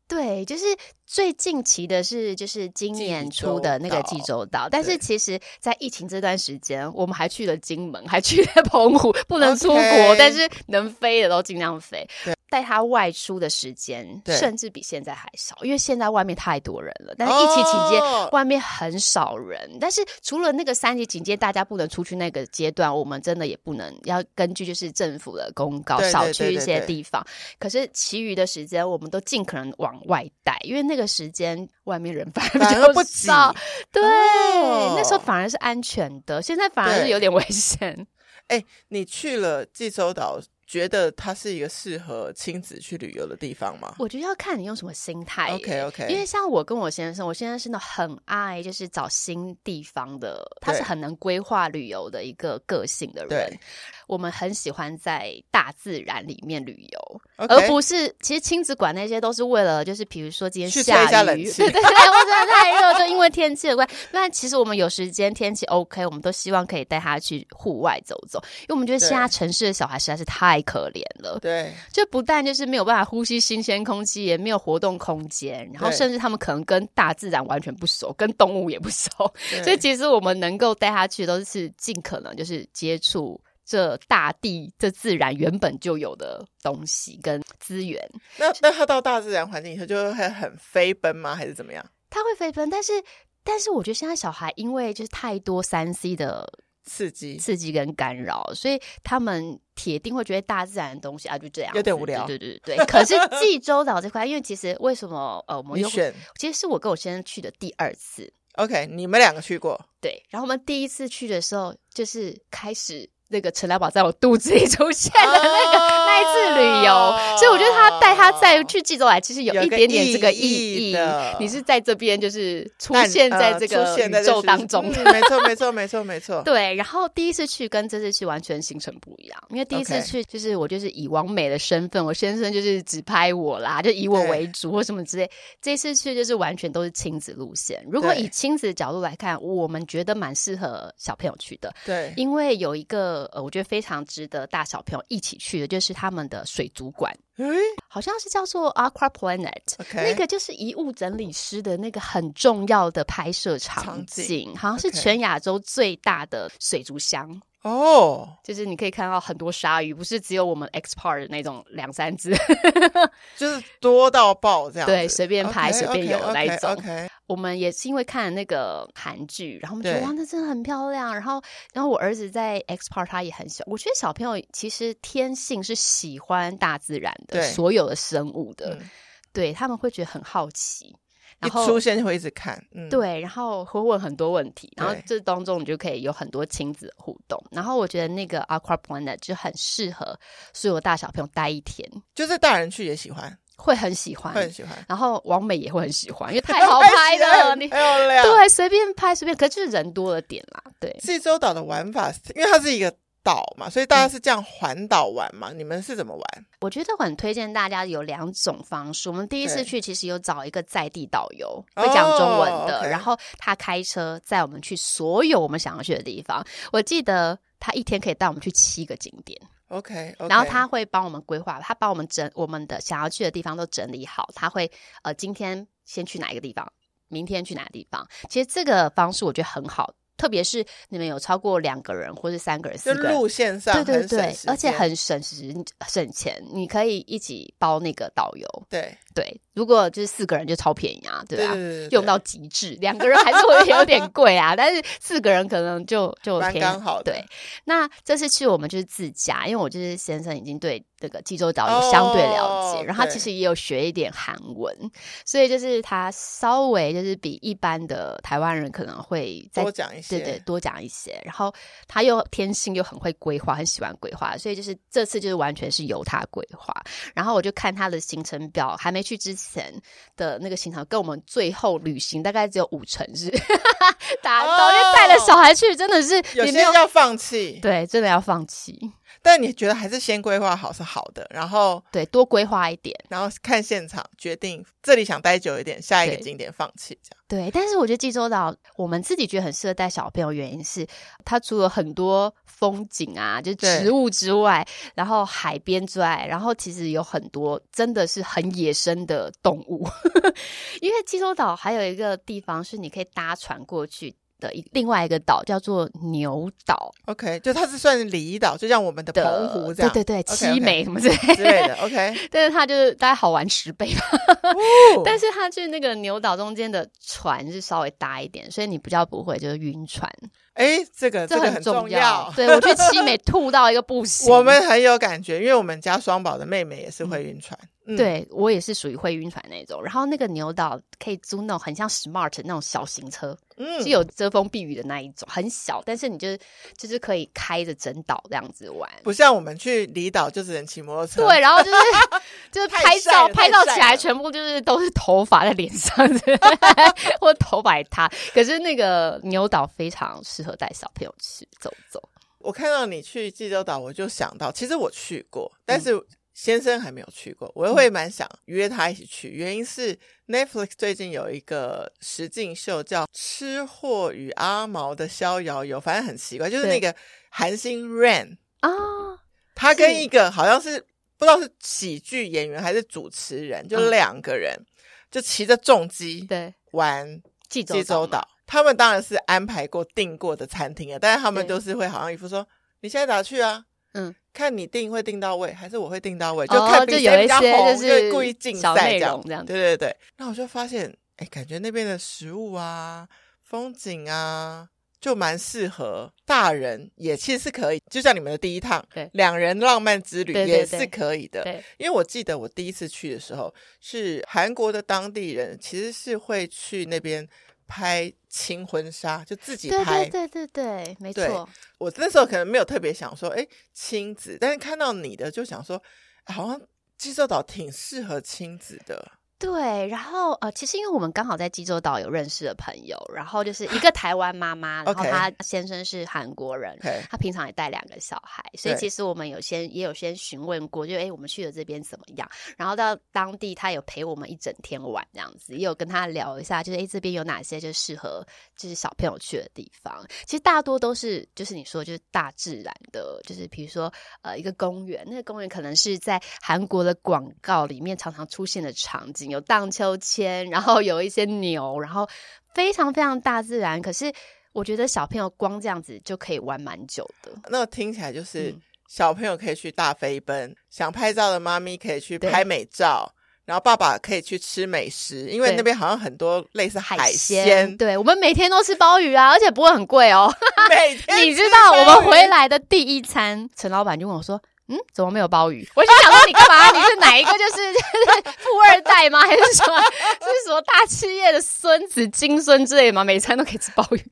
S2: 对，就是最近期的是，就是今
S1: 济
S2: 年
S1: 州
S2: 出的那个
S1: 岛
S2: 济州岛，但
S1: 对
S2: 是其实，在疫情这段时间，我们还去了金门，还去了澎湖，不能出国
S1: OK
S2: 但是能飞的都尽量飞
S1: 对。
S2: 带他外出的时间，
S1: 对
S2: 甚至比现在还少，因为现在外面太多人了，但是疫情期间、
S1: 哦
S2: 外面很少人。但是除了那个三级警戒，大家不能出去那个阶段，我们真的也不能要根据就是政府的公告
S1: 对
S2: 少
S1: 对
S2: 去
S1: 对
S2: 一
S1: 对
S2: 些
S1: 对
S2: 地方。可是其余的时间，我们都尽可能往外带，因为那个时间外面人反而比
S1: 反而
S2: 较
S1: 不急，
S2: 少。对，
S1: 哦
S2: 那时候反而是安全的，现在反而是
S1: 对
S2: 有点危险。
S1: 哎，你去了济州岛觉得它是一个适合亲子去旅游的地方吗？
S2: 我觉得要看你用什么心态耶。
S1: OK OK，
S2: 因为像我跟我先生，我先生是那种很爱就是找新地方的，他是
S1: 对
S2: 很能规划旅游的一个个性的人
S1: 对。
S2: 我们很喜欢在大自然里面旅游
S1: OK
S2: 而不是其实亲子馆那些都是为了就是比如说今天
S1: 去吹
S2: 下雨，
S1: 一下冷气
S2: 对对对，或者太热，就因为天气的关系。那其实我们有时间天气 OK，我们都希望可以带他去户外走走，因为我们觉得
S1: 对
S2: 现在城市的小孩实在是太可怜了。
S1: 对
S2: 就不但就是没有办法呼吸新鲜空气，也没有活动空间，然后
S1: 对
S2: 甚至他们可能跟大自然完全不熟，跟动物也不熟，
S1: 对
S2: 所以其实我们能够带他去都是尽可能就是接触这大地、这自然原本就有的东西跟资源。
S1: 那那他到大自然环境以后，就会很飞奔吗？还是怎么样？
S2: 他会飞奔，但是但是我觉得现在小孩因为就是太多三 C 的
S1: 刺激？
S2: 刺激跟干扰，所以他们铁定会觉得大自然的东西啊就这样子，
S1: 有点无聊
S2: 对对对对。可是济州岛这块，因为其实为什么呃，我们
S1: 你
S2: 又
S1: 选
S2: 其实是我跟我先生去的第二次，
S1: OK，你们两个去过，
S2: 对。然后我们第一次去的时候，就是开始那个陈老宝在我肚子里出现的那个、
S1: 啊
S2: 那一次旅游，所以我觉得他带他再去济州来，其实有
S1: 有
S2: 一
S1: 个
S2: 点点这个
S1: 意
S2: 意
S1: 义
S2: 义
S1: 的。
S2: 你是在这边就是出
S1: 但
S2: 现在
S1: 呃
S2: 这个
S1: 出现在
S2: 宇
S1: 这
S2: 宙
S1: 是
S2: 当中，
S1: 嗯没错没错没错没错，
S2: 对，然后第一次去跟这次去完全行程不一样，因为第一次
S1: OK
S2: 去就是我就是以王美的身份，我先生就是只拍我啦，就以我
S1: 对
S2: 为主或什么之类。这次去就是完全都是亲子路线。如果
S1: 对
S2: 以亲子的角度来看，我们觉得蛮适合小朋友去的，
S1: 对
S2: 因为有一个呃，我觉得非常值得大小朋友一起去的，就是他们的水族馆，
S1: 诶
S2: 好像是叫做 Aqua Planet。
S1: ，OK，
S2: 那个就是遗物整理师的那个很重要的拍摄场
S1: 场景
S2: 景，好像是
S1: OK
S2: 全亚洲最大的水族箱。
S1: 哦，
S2: 就是你可以看到很多鲨鱼，不是只有我们 X Part 的那种两三只。
S1: 就是多到爆这样子，
S2: 对随便拍随便游那一种
S1: OK，
S2: 我们也是因为看了那个韩剧，然后我们觉得
S1: 对
S2: 哇，那真的很漂亮。然后，然后我儿子在 X Part 他也很喜欢。我觉得小朋友其实天性是喜欢大自然的，
S1: 对
S2: 所有的生物的，
S1: 嗯
S2: 对他们会觉得很好奇。
S1: 一
S2: 然后
S1: 出现就会一直看，嗯，
S2: 对，然后会问很多问题，然后
S1: 对
S2: 这当中你就可以有很多亲子互动。然后我觉得那个 Aqua Planet 就很适合所有大小朋友待一天，
S1: 就是大人去也喜欢，
S2: 会很喜欢，
S1: 会很喜欢，
S2: 然后王美也会很喜欢，因为 太好拍了，你
S1: 很漂亮，。
S2: 对随便拍随便，可是就是人多了点啦，对。
S1: 济州岛的玩法是，因为它是一个岛嘛，所以
S2: 嗯
S1: 大家是这样环岛玩嘛。你们是怎么玩？
S2: 我觉得很推荐大家有两种方式。我们第一次
S1: 对
S2: 去其实有找一个在地导游，
S1: 哦
S2: 会讲中文的
S1: OK
S2: 然后他开车载我们去所有我们想要去的地方。我记得他一天可以带我们去七个景点
S1: OK，, o k
S2: 然后他会帮我们规划，他帮我们整我们的想要去的地方都整理好，他会呃今天先去哪一个地方，明天去哪个地方。其实这个方式我觉得很好，特别是你们有超过两个人或是三个人、
S1: 就
S2: 四个人
S1: 路线上
S2: 对对
S1: 很省
S2: 对
S1: 时，间
S2: 而且很省时省钱，你可以一起包那个导游。
S1: 对
S2: 对，如果就是四个人就超便宜啊，对
S1: 对
S2: 吧、
S1: 对对对，
S2: 用到极致，两个人还是会有点贵啊，但是四个人可能就就
S1: 蛮
S2: 便宜
S1: 刚好的
S2: 对，那这次去我们就是自驾，因为我就是先生已经对这个济州岛有相对了解，
S1: 哦
S2: 然后他其
S1: 对
S2: 实也有学一点韩文，所以就是他稍微就是比一般的台湾人可能会再
S1: 多讲一些，
S2: 对对，多讲一些。然后他又天性又很会规划，很喜欢规划，所以就是这次就是完全是由他规划。然后我就看他的行程表，还没去之前的那个行程，跟我们最后旅行大概只有五成 是达到，因为带了小孩去真的是
S1: 哦有
S2: 你
S1: 些
S2: 没有
S1: 要放弃，
S2: 对，真的要放弃，
S1: 但你觉得还是先规划好是好的，然后
S2: 对，多规划一点。
S1: 然后看现场决定这里想待久一点，下一个
S2: 对
S1: 景点放弃这样。
S2: 对，但是我觉得济州岛我们自己觉得很适合带小朋友，原因是它除了很多风景啊，就
S1: 对
S2: 植物之外，然后海边之外，然后其实有很多真的是很野生的动物。 因为济州岛还有一个地方是你可以搭船过去的一另外一个岛，叫做牛岛
S1: OK，就它是算离岛，就像我们的
S2: 的
S1: 澎湖这样
S2: 对对对，
S1: OK，OK
S2: 七美什么之类
S1: 之类的。OK，
S2: 但是它就是大概好玩十倍吧。
S1: 哦
S2: 但是它去那个牛岛中间的船是稍微大一点，所以你比较不会就是晕船。
S1: 哎，这个
S2: 这
S1: 个
S2: 很
S1: 重
S2: 要。对我去七美吐到一个不 行，
S1: 我们很有感觉，因为我们家双宝的妹妹也是会晕船，嗯，
S2: 对我也是属于会晕船那种。然后那个牛岛可以租那种很像 Smart 那种小型车，
S1: 嗯
S2: 是有遮风避雨的那一种，很小，但是你就是就是可以开着整岛这样子玩。
S1: 不像我们去离岛就只能骑摩托车，
S2: 对，，然后就是 就是
S1: 太
S2: 拍
S1: 晒
S2: 照，
S1: 了太
S2: 拍照
S1: 晒
S2: 起来
S1: 了
S2: 全部就是都是头发在脸上， 或头发也塌。可是那个牛岛非常适合带小朋友去走走。
S1: 我看到你去济州岛，我就想到，其实我去过，
S2: 嗯
S1: 但是先生还没有去过，我会蛮想约他一起去。原因是 Netflix 最近有一个实境秀叫《吃货与阿毛的逍遥游》，反正很奇怪，就是那
S2: 对
S1: 个韩星 Rain，
S2: 啊，
S1: 他
S2: 是
S1: 跟一个好像是不知道是喜剧演员还是主持人，就
S2: 嗯
S1: 两个人、就骑着重机
S2: 对，
S1: 玩
S2: 济州
S1: 济州
S2: 岛嘛，
S1: 岛，他们当然是安排过订过的餐厅啊，但是他们
S2: 对
S1: 就是会好像一副说你现在打去啊，
S2: 嗯，
S1: 看你订会订到位，还是我会订到位，就
S2: 哦
S1: 看
S2: 就
S1: 比
S2: 有
S1: 谁
S2: 一
S1: 比较
S2: 些
S1: 红，
S2: 就是
S1: 会故意竞
S2: 小
S1: 赛
S2: 内
S1: 这样
S2: 容这样
S1: 对对对，那我就发现，哎，感觉那边的食物啊、风景啊，就蛮适合大人，也其实是可以，就像你们的第一趟，
S2: 对
S1: 两人浪漫之旅
S2: 对对
S1: 也
S2: 对
S1: 是可以的。
S2: 对，
S1: 因为我记得我第一次去的时候，是韩国的当地人，其实是会去那边拍轻婚纱，就自己
S2: 对
S1: 拍。
S2: 对对对对，没
S1: 对
S2: 错，
S1: 我那时候可能没有特别想说，哎，亲子，但是看到你的就想说，哎好像济州岛挺适合亲子的。
S2: 对。然后呃，其实因为我们刚好在济州岛有认识的朋友，然后就是一个台湾妈妈，然后
S1: OK
S2: 她先生是韩国人，
S1: OK，
S2: 他平常也带两个小孩，所以
S1: 对
S2: 其实我们有先也有先询问过，就诶我们去了这边怎么样？然后到当地他有陪我们一整天玩这样子，也有跟他聊一下，就是诶这边有哪些就适合就是小朋友去的地方。其实大多都是就是你说就是大自然的，就是比如说呃一个公园，那个公园可能是在韩国的广告里面常常出现的场景，有荡秋千，然后有一些牛，然后非常非常大自然，可是。我觉得小朋友光这样子就可以玩蛮久的，
S1: 那我听起来就是、
S2: 嗯
S1: 小朋友可以去大飞奔，想拍照的妈咪可以去
S2: 对
S1: 拍美照。然后爸爸可以去吃美食，因为
S2: 对
S1: 那边好像很多类似
S2: 海
S1: 鲜，
S2: 对我们每天都吃鲍鱼啊，而且不会很贵 哦。
S1: 每天
S2: 你知
S1: 吃
S2: 道我
S1: 鲍
S2: 们回
S1: 鱼
S2: 来的第一餐，陈老板就问我说。嗯，怎么没有鲍鱼？我就想 说你干嘛？你是哪一个？就是就是富二代吗？还是什么？是什么大企业的孙子、金孙之类吗？每餐都可以吃鲍鱼？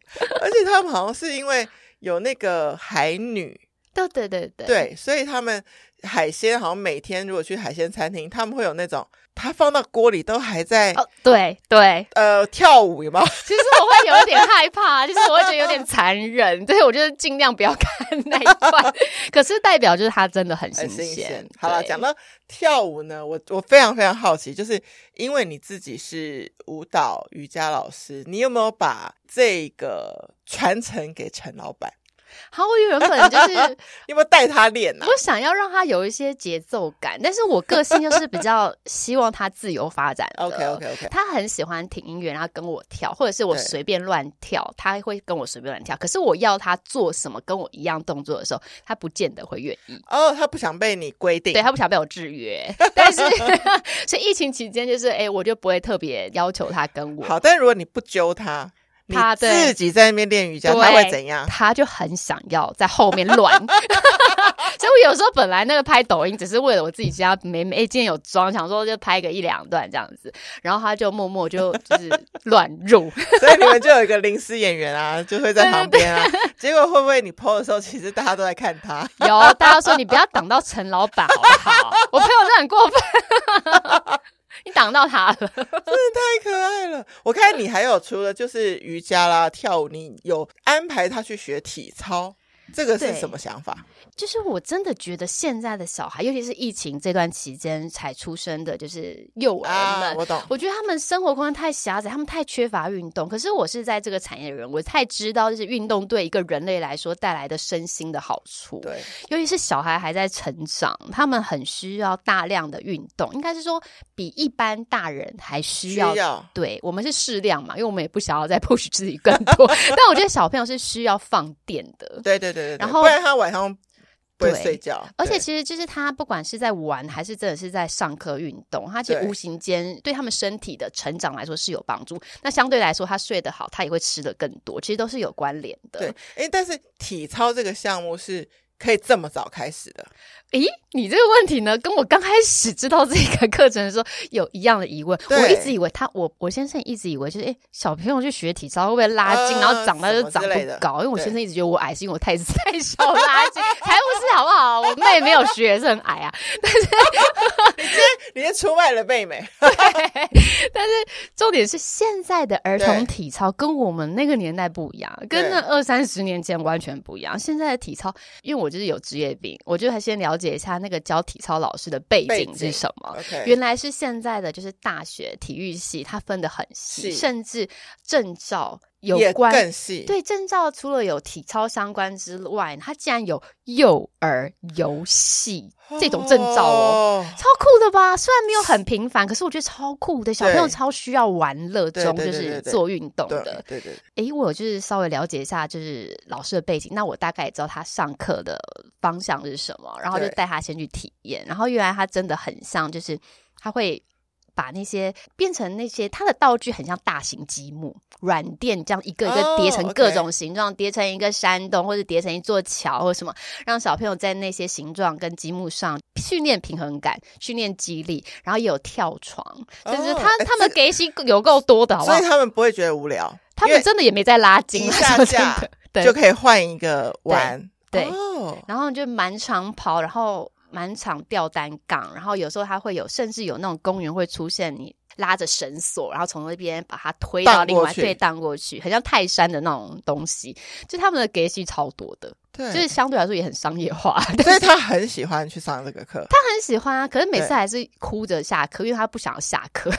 S1: 而且他们好像是因为有那个海女，
S2: 对对对对
S1: 对，所以他们海鲜好像每天如果去海鲜餐厅，他们会有那种它放到锅里都还在、
S2: 哦，对对，
S1: 呃跳舞，有 吗？
S2: 其实我会有一点害怕，就是我会觉得有点残忍，对我就是尽量不要 看那一段。可是代表就是它真的很
S1: 很
S2: 新
S1: 新
S2: 鲜
S1: 鲜。。好了，
S2: 对
S1: 讲到跳舞呢，我我非常非常好奇，就是因为你自己是舞蹈瑜伽老师，你有没有把这个传承给陈老板？
S2: 好，我原本就是
S1: 你有没有带他练呢、啊
S2: 我？想要让他有一些节奏感，但是我个性就是比较希望他自由发展的。
S1: OK OK OK，
S2: 他很喜欢听音乐，然后跟我跳，或者是我
S1: 对
S2: 随便乱跳，他会跟我随便乱跳。可是我要他做什么跟我一样动作的时候，他不见得会愿意。
S1: 哦，他不想被你规定，
S2: 对他不想被我制约， 但是所以疫情期间就是，哎、我就不会特别要求他跟 我，
S1: 好，但如果你不揪他，你
S2: 他对
S1: 自己在那边练瑜伽，
S2: 对
S1: 他会怎 样？
S2: 他就很想要在后面乱。 所以我有时候本来那个拍抖音只是为了我自己家美美，哎今天有妆，想说就拍个一两段这样子，然后他就默默就就是乱入，
S1: 所以你们就有一个临时演员啊，就会在旁边啊。结果会不会你 PO 的时候，其实大家都在看他？
S2: 有大家说你不要挡到陈老板好不好？我朋友真的很过分， 你挡到他了。
S1: 太可爱了！我看你还有除了就是瑜伽啦、跳舞，你有安排他去学体操，这个是
S2: 对
S1: 什么想法？
S2: 就是我真的觉得现在的小孩，尤其是疫情这段期间才出生的，就是幼儿
S1: 啊
S2: 们，，
S1: 我懂。
S2: 我觉得他们生活空间太狭窄，他们太缺乏运动。可是我是在这个产业的人，我太知道就是运动对一个人类来说带来的身心的好处。
S1: 对，
S2: 尤其是小孩还在成长，他们很需要大量的运动，应该是说比一般大人还需
S1: 需
S2: 要。
S1: 要
S2: 对我们是适量嘛，因为我们也不想要再 push 自己更多。 但我觉得小朋友是需要放电的，
S1: 对对对对对，
S2: 然后
S1: 不然他晚上不会
S2: 对
S1: 睡觉。
S2: 而且
S1: 对
S2: 其实就是他不管是在玩还是真的是在上课运动，他其实
S1: 对
S2: 无形间对他们身体的成长来说是有帮助。那相对来说，他睡得好，他也会吃的更多，其实都是有关联的。
S1: 对，哎，但是体操这个项目是可以这么早开始的？
S2: 咦，你这个问题呢，跟我刚开始知道这个课程的时候有一样的疑问。我
S1: 对
S2: 一直以为他，我我先生一直以为就是，哎，小朋友去学体操会不会拉筋，
S1: 呃
S2: 然后长大就
S1: 什么之
S2: 长不
S1: 类的
S2: 高？因为我
S1: 对
S2: 先生一直觉得我矮，是因为我太 太小拉筋，才不是好不好？我妹没有学也是很矮啊，
S1: 你是出卖了妹妹，
S2: 但是重点是现在的儿
S1: 对
S2: 童体操跟我们那个年代不一样，跟那二三十年前完全不一样。现在的体操，因为我就是有职业病，我就还先了解一下那个教体操老师的背
S1: 背
S2: 景
S1: 景
S2: 是什么。
S1: OK
S2: 原来是现在的就是大学体育系，它分得很细，
S1: 是
S2: 甚至证照有
S1: 也
S2: 关
S1: 更细。
S2: 对，证照除了有体操相关之外，它竟然有幼儿游戏这种证照哦。
S1: 哦，
S2: 超酷的吧？虽然没有很频繁，可是我觉得超酷的。小朋友超需要玩乐中，
S1: 对对对
S2: 就是
S1: 对对
S2: 做运动
S1: 对
S2: 的。
S1: 哦对对，
S2: 诶，我有就是稍微了解一下，就是老师的背景，那我大概也知道他上课的方向是什么，然后就
S1: 对
S2: 带他先去体验。然后原来他真的很像，就是他会。把那些变成那些他的道具很像大型积木软垫，这样一个一个
S1: 哦
S2: 叠成
S1: OK
S2: 各种形状叠成一个山洞，或者叠成一座桥，或者什么。让小朋友在那些形状跟积木上训练平衡感、训练肌力，然后也有跳床，
S1: 哦
S2: 就是他、
S1: 哎
S2: 他
S1: 这个
S2: 们给息有够多的，好不啊
S1: 所
S2: 好
S1: 以？他们不会觉得无聊，
S2: 他
S1: 因
S2: 们
S1: 为
S2: 真的也没在拉筋
S1: 一
S2: 啊，
S1: 下
S2: 说真
S1: 下
S2: 的，对，
S1: 就可以换一个玩。
S2: 对
S1: 哦
S2: 然后就满场跑，然后满场吊单杠，然后有时候它会有，甚至有那种公园会出现你拉着绳索，然后从那边把它推到
S1: 荡
S2: 另外
S1: 过去
S2: 对荡过去，很像泰山的那种东西，就他们的给息超多的，
S1: 对，
S2: 就是相对来说也很商业化，
S1: 所以他很喜欢去上这个课。
S2: 他很喜欢啊，可是每次
S1: 对
S2: 还是哭着下课，因为他不想要下课。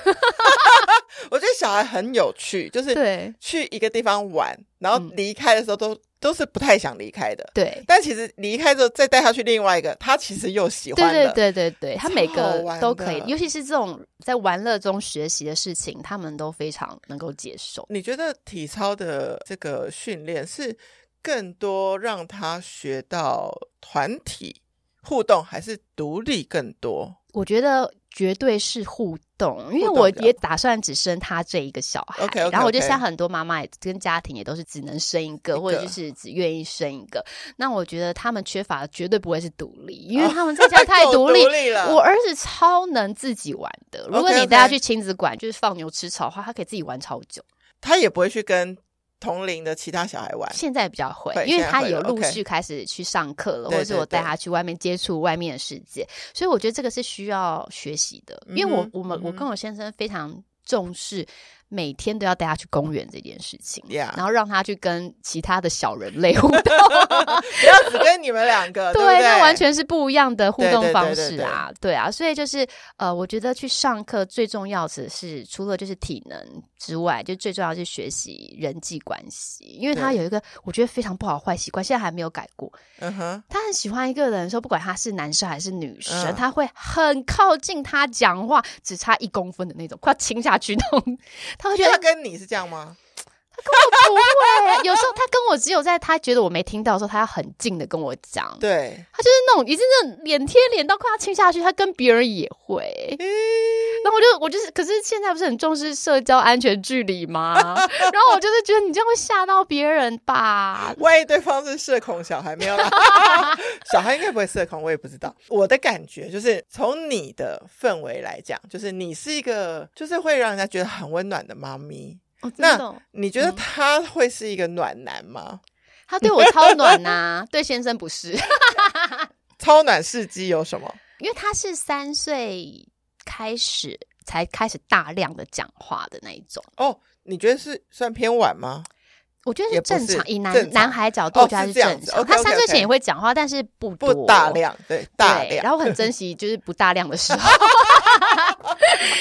S1: 我觉得小孩很有趣，就是
S2: 对
S1: 去一个地方玩，然后
S2: 嗯
S1: 离开的时候都、都是不太想离开的。
S2: 对
S1: 但其实离开之后再带他去另外一个，他其实又喜
S2: 对
S1: 欢的。
S2: 对对对对，他每
S1: 超好
S2: 个
S1: 玩
S2: 都可以，
S1: 的
S2: 尤其是这种在玩乐中学习的事情，他们都非常能够接受。
S1: 你觉得体操的这个训练是更多让他学到团体互动，还是独立更多？
S2: 我觉得绝对是互动，因为
S1: 互动
S2: 我
S1: 比较
S2: 也打算只生他这一个小孩。
S1: OK，OK，OK
S2: 哎然后我就像很多妈妈也跟家庭也都是只能生一个，
S1: 一个
S2: 或者就是只愿意生一个。那我觉得他们缺乏的绝对不会是独立，因为他 们在家太
S1: 够
S2: 独
S1: 哦独
S2: 立。
S1: 立了。
S2: 我儿子超能自己玩的，如果
S1: OK，OK
S2: 你带他去亲子馆，就是放牛吃草的话，他可以自己玩超久。
S1: 他也不会去跟同龄的其他小孩玩。
S2: 现在比较会
S1: 会，
S2: 因为
S1: 现在
S2: 他
S1: 会
S2: 有
S1: 了
S2: 陆
S1: OK
S2: 续开始去上课了，
S1: 对
S2: 或者是我
S1: 对对
S2: 带他去外面接触外面的世界，所以我觉得这个是需要学习的。因为我
S1: 嗯哼
S2: 我们
S1: 嗯哼
S2: 我跟我先生非常重视每天都要带他去公园这件事情，
S1: Yeah
S2: 然后让他去跟其他的小人类互动，
S1: 不要只跟你们两个，对不对？
S2: 那完全是不一样的互动方
S1: 对对对
S2: 式
S1: 对
S2: 啊，对啊，所以就是呃，我觉得去上课最重要的是，除了就是体能之外，就最重要是学习人际关系，因为他
S1: 对
S2: 有一个我觉得非常不好的坏习惯，现在还没有改过，
S1: 嗯哼，
S2: 他很喜欢一个人的时候，不管他是男生还是女生，
S1: 嗯
S2: 他会很靠近他讲话，只差一公分的那种，快要亲下去那种。他会觉得
S1: 他跟你是这样吗？
S2: 不会，有时候他跟我只有在他觉得我没听到的时候，他要很近的跟我讲。
S1: 对，
S2: 他就是那种已经真的脸贴脸到快要亲下去，他跟别人也会。然后我就我就是，可是现在不是很重视社交安全距离 吗？然后我就是觉得你这样会吓到别人吧。
S1: 万一对方是社恐小孩，没 有啦，小孩应该不会社恐，我也不知道。我的感觉就是，从你的氛围来讲，就是你是一个，就是会让人家觉得很温暖的妈咪。
S2: 我哦真的嗯
S1: 那你觉得他会是一个暖男吗？
S2: 他对我超暖 呐、对先生不是。
S1: 超暖事迹有什么？
S2: 因为他是三岁开始才开始大量的讲话的那一种，
S1: 哦，你觉得是算偏晚吗？
S2: 我觉得
S1: 也
S2: 是
S1: 不
S2: 正
S1: 是
S2: 常。以男
S1: 正常
S2: 男孩角度，我觉得
S1: 哦
S2: 他
S1: 是
S2: 是
S1: 这样
S2: 正
S1: 子
S2: 常。
S1: OK，OK，OK
S2: 他三岁前也会讲话，但是不多
S1: 不大量，对，大
S2: 对，
S1: 量。
S2: 然后我很珍惜，就是不大量的时候，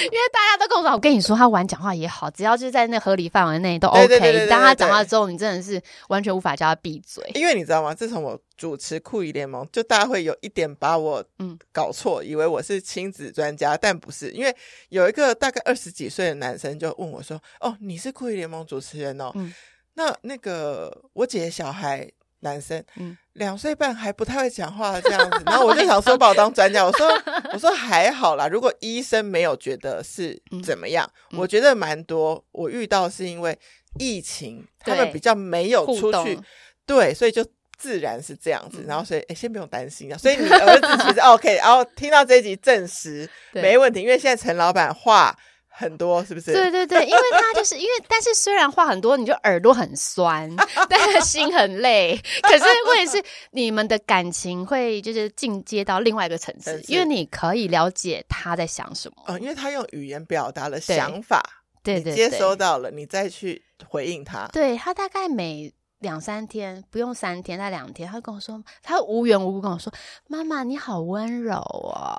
S2: 因为大家都跟我说，我跟你说，他玩讲话也好，只要就是在那合理范围内都
S1: 对
S2: OK
S1: 对对对对
S2: 当他
S1: 对
S2: 讲话之后，你真的是完全无法叫他闭嘴。
S1: 因为你知道吗？自从我主持酷姨联盟，就大家会有一点把我
S2: 嗯
S1: 搞错，以为我是亲子专家，但不是。因为有一个大概二十几岁的男生就问我说：“哦，你是酷姨联盟主持人哦？
S2: 嗯
S1: 那那个我姐小孩男生，
S2: 嗯
S1: 两岁半还不太会讲话这样子。”然后我就想说把我当专家，我说我说还好啦，如果医生没有觉得是怎么样，
S2: 嗯嗯
S1: 我觉得蛮多。我遇到是因为疫情，他们
S2: 对
S1: 比较没有
S2: 互
S1: 哦出去
S2: 动。
S1: 对，所以就自然是这样子，
S2: 嗯
S1: 然后所以哎，先不用担心啊。所以你儿子 其实 OK，然后听到这一集证实
S2: 对
S1: 没问题，因为现在陈老板话很多，是不是？
S2: 对对对，因为他就是因为，但是虽然话很多，你就耳朵很酸，但是心很 累。可是问题是，你们的感情会就是进阶到另外一个层
S1: 层
S2: 次
S1: 次，
S2: 因为你可以了解他在想什么。
S1: 嗯，因为他用语言表达了
S2: 对
S1: 想法，
S2: 对对
S1: 你
S2: 对，
S1: 接收到了，你再去回应他。
S2: 对他大概每两三天，不用三天，他两天，他跟我说，他无缘无故跟我说：“妈妈，你好温柔哦。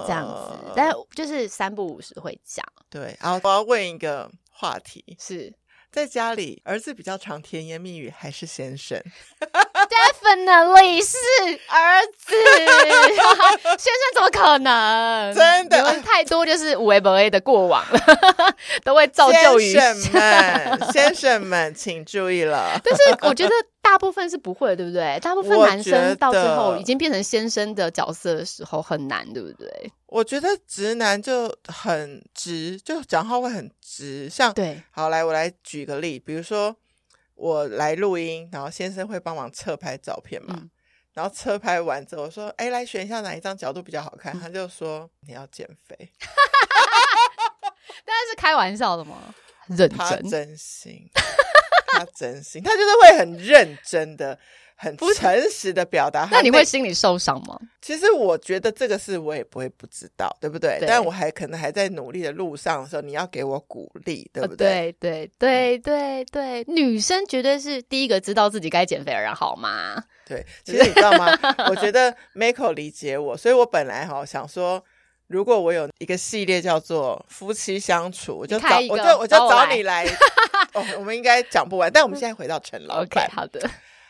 S1: 哦
S2: 这样子，但就是三不五时会讲，
S1: 对，然后我要问一个话题，
S2: 是
S1: 在家里儿子比较常甜言蜜语还是先生？
S2: definitely 是儿子， 先生怎么可能？
S1: 真的
S2: 你们太多就是无为不为的过往了， 都会造就于
S1: 先生 们，先生们，请注意了。
S2: 但是我觉得大部分是不会，对不对？大部分
S1: 我
S2: 男
S1: 觉得
S2: 生到最后已经变成先生的角色的时候很难，对不对？
S1: 我觉得直男就很直，就讲话会很直。像
S2: 对，
S1: 好来，我来举个例，比如说我来录音，然后先生会帮忙侧拍照片嘛，
S2: 嗯
S1: 然后侧拍完之后，我说：“哎，来选一下哪一张角度比较好
S2: 嗯
S1: 看。他就说：“你要减肥。
S2: 但是开玩笑的吗？认”
S1: 他
S2: 真，
S1: 真心，他真心，他就是会很认真的、很
S2: 不是
S1: 诚实的表达他内。
S2: 那你会心里受伤吗？
S1: 其实我觉得这个事我也不会不知道，对不对？
S2: 对
S1: 但我还可能还在努力的路上的时候，你要给我鼓励，对
S2: 呃
S1: 不对？
S2: 对对对对对，女生绝对是第一个知道自己该减肥的人，好吗？
S1: 对其实你知道吗？我觉 得 Miko 理解我，所以我本来哈想说，如果我有一个系列叫做夫妻相处，我就
S2: 你开
S1: 找
S2: 一
S1: 我
S2: 个
S1: 就我就
S2: 找我
S1: 找
S2: 来
S1: 你 来。哦，我们应该讲不完，但我们现在回到陈老
S2: OK，
S1: 板
S2: 好 的，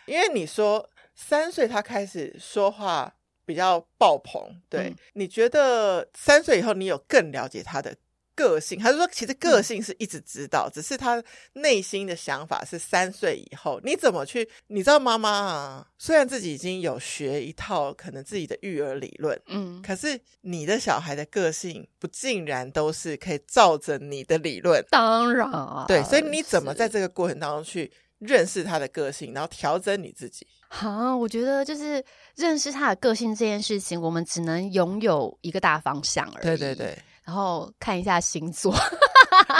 S1: 因为你说三岁他开始说话比较爆棚，对，
S2: 嗯
S1: 你觉得三岁以后你有更了解他的个性？还是说其实
S2: 嗯
S1: 个性是一直知道，只是他内心的想法是三岁以后你怎么去？你知道妈妈啊，虽然自己已经有学一套可能自己的育儿理论。
S2: 嗯，
S1: 可是你的小孩的个性不尽然都是可以照着你的理论
S2: 当然啊，
S1: 对，所以你怎么
S2: 是
S1: 在这个过程当中去认识他的个性，然后调整你自己？
S2: 啊，我觉得就是认识他的个性这件事情，我们只能拥有一个大方向而已。
S1: 对对， 对，
S2: 然后看一下星座。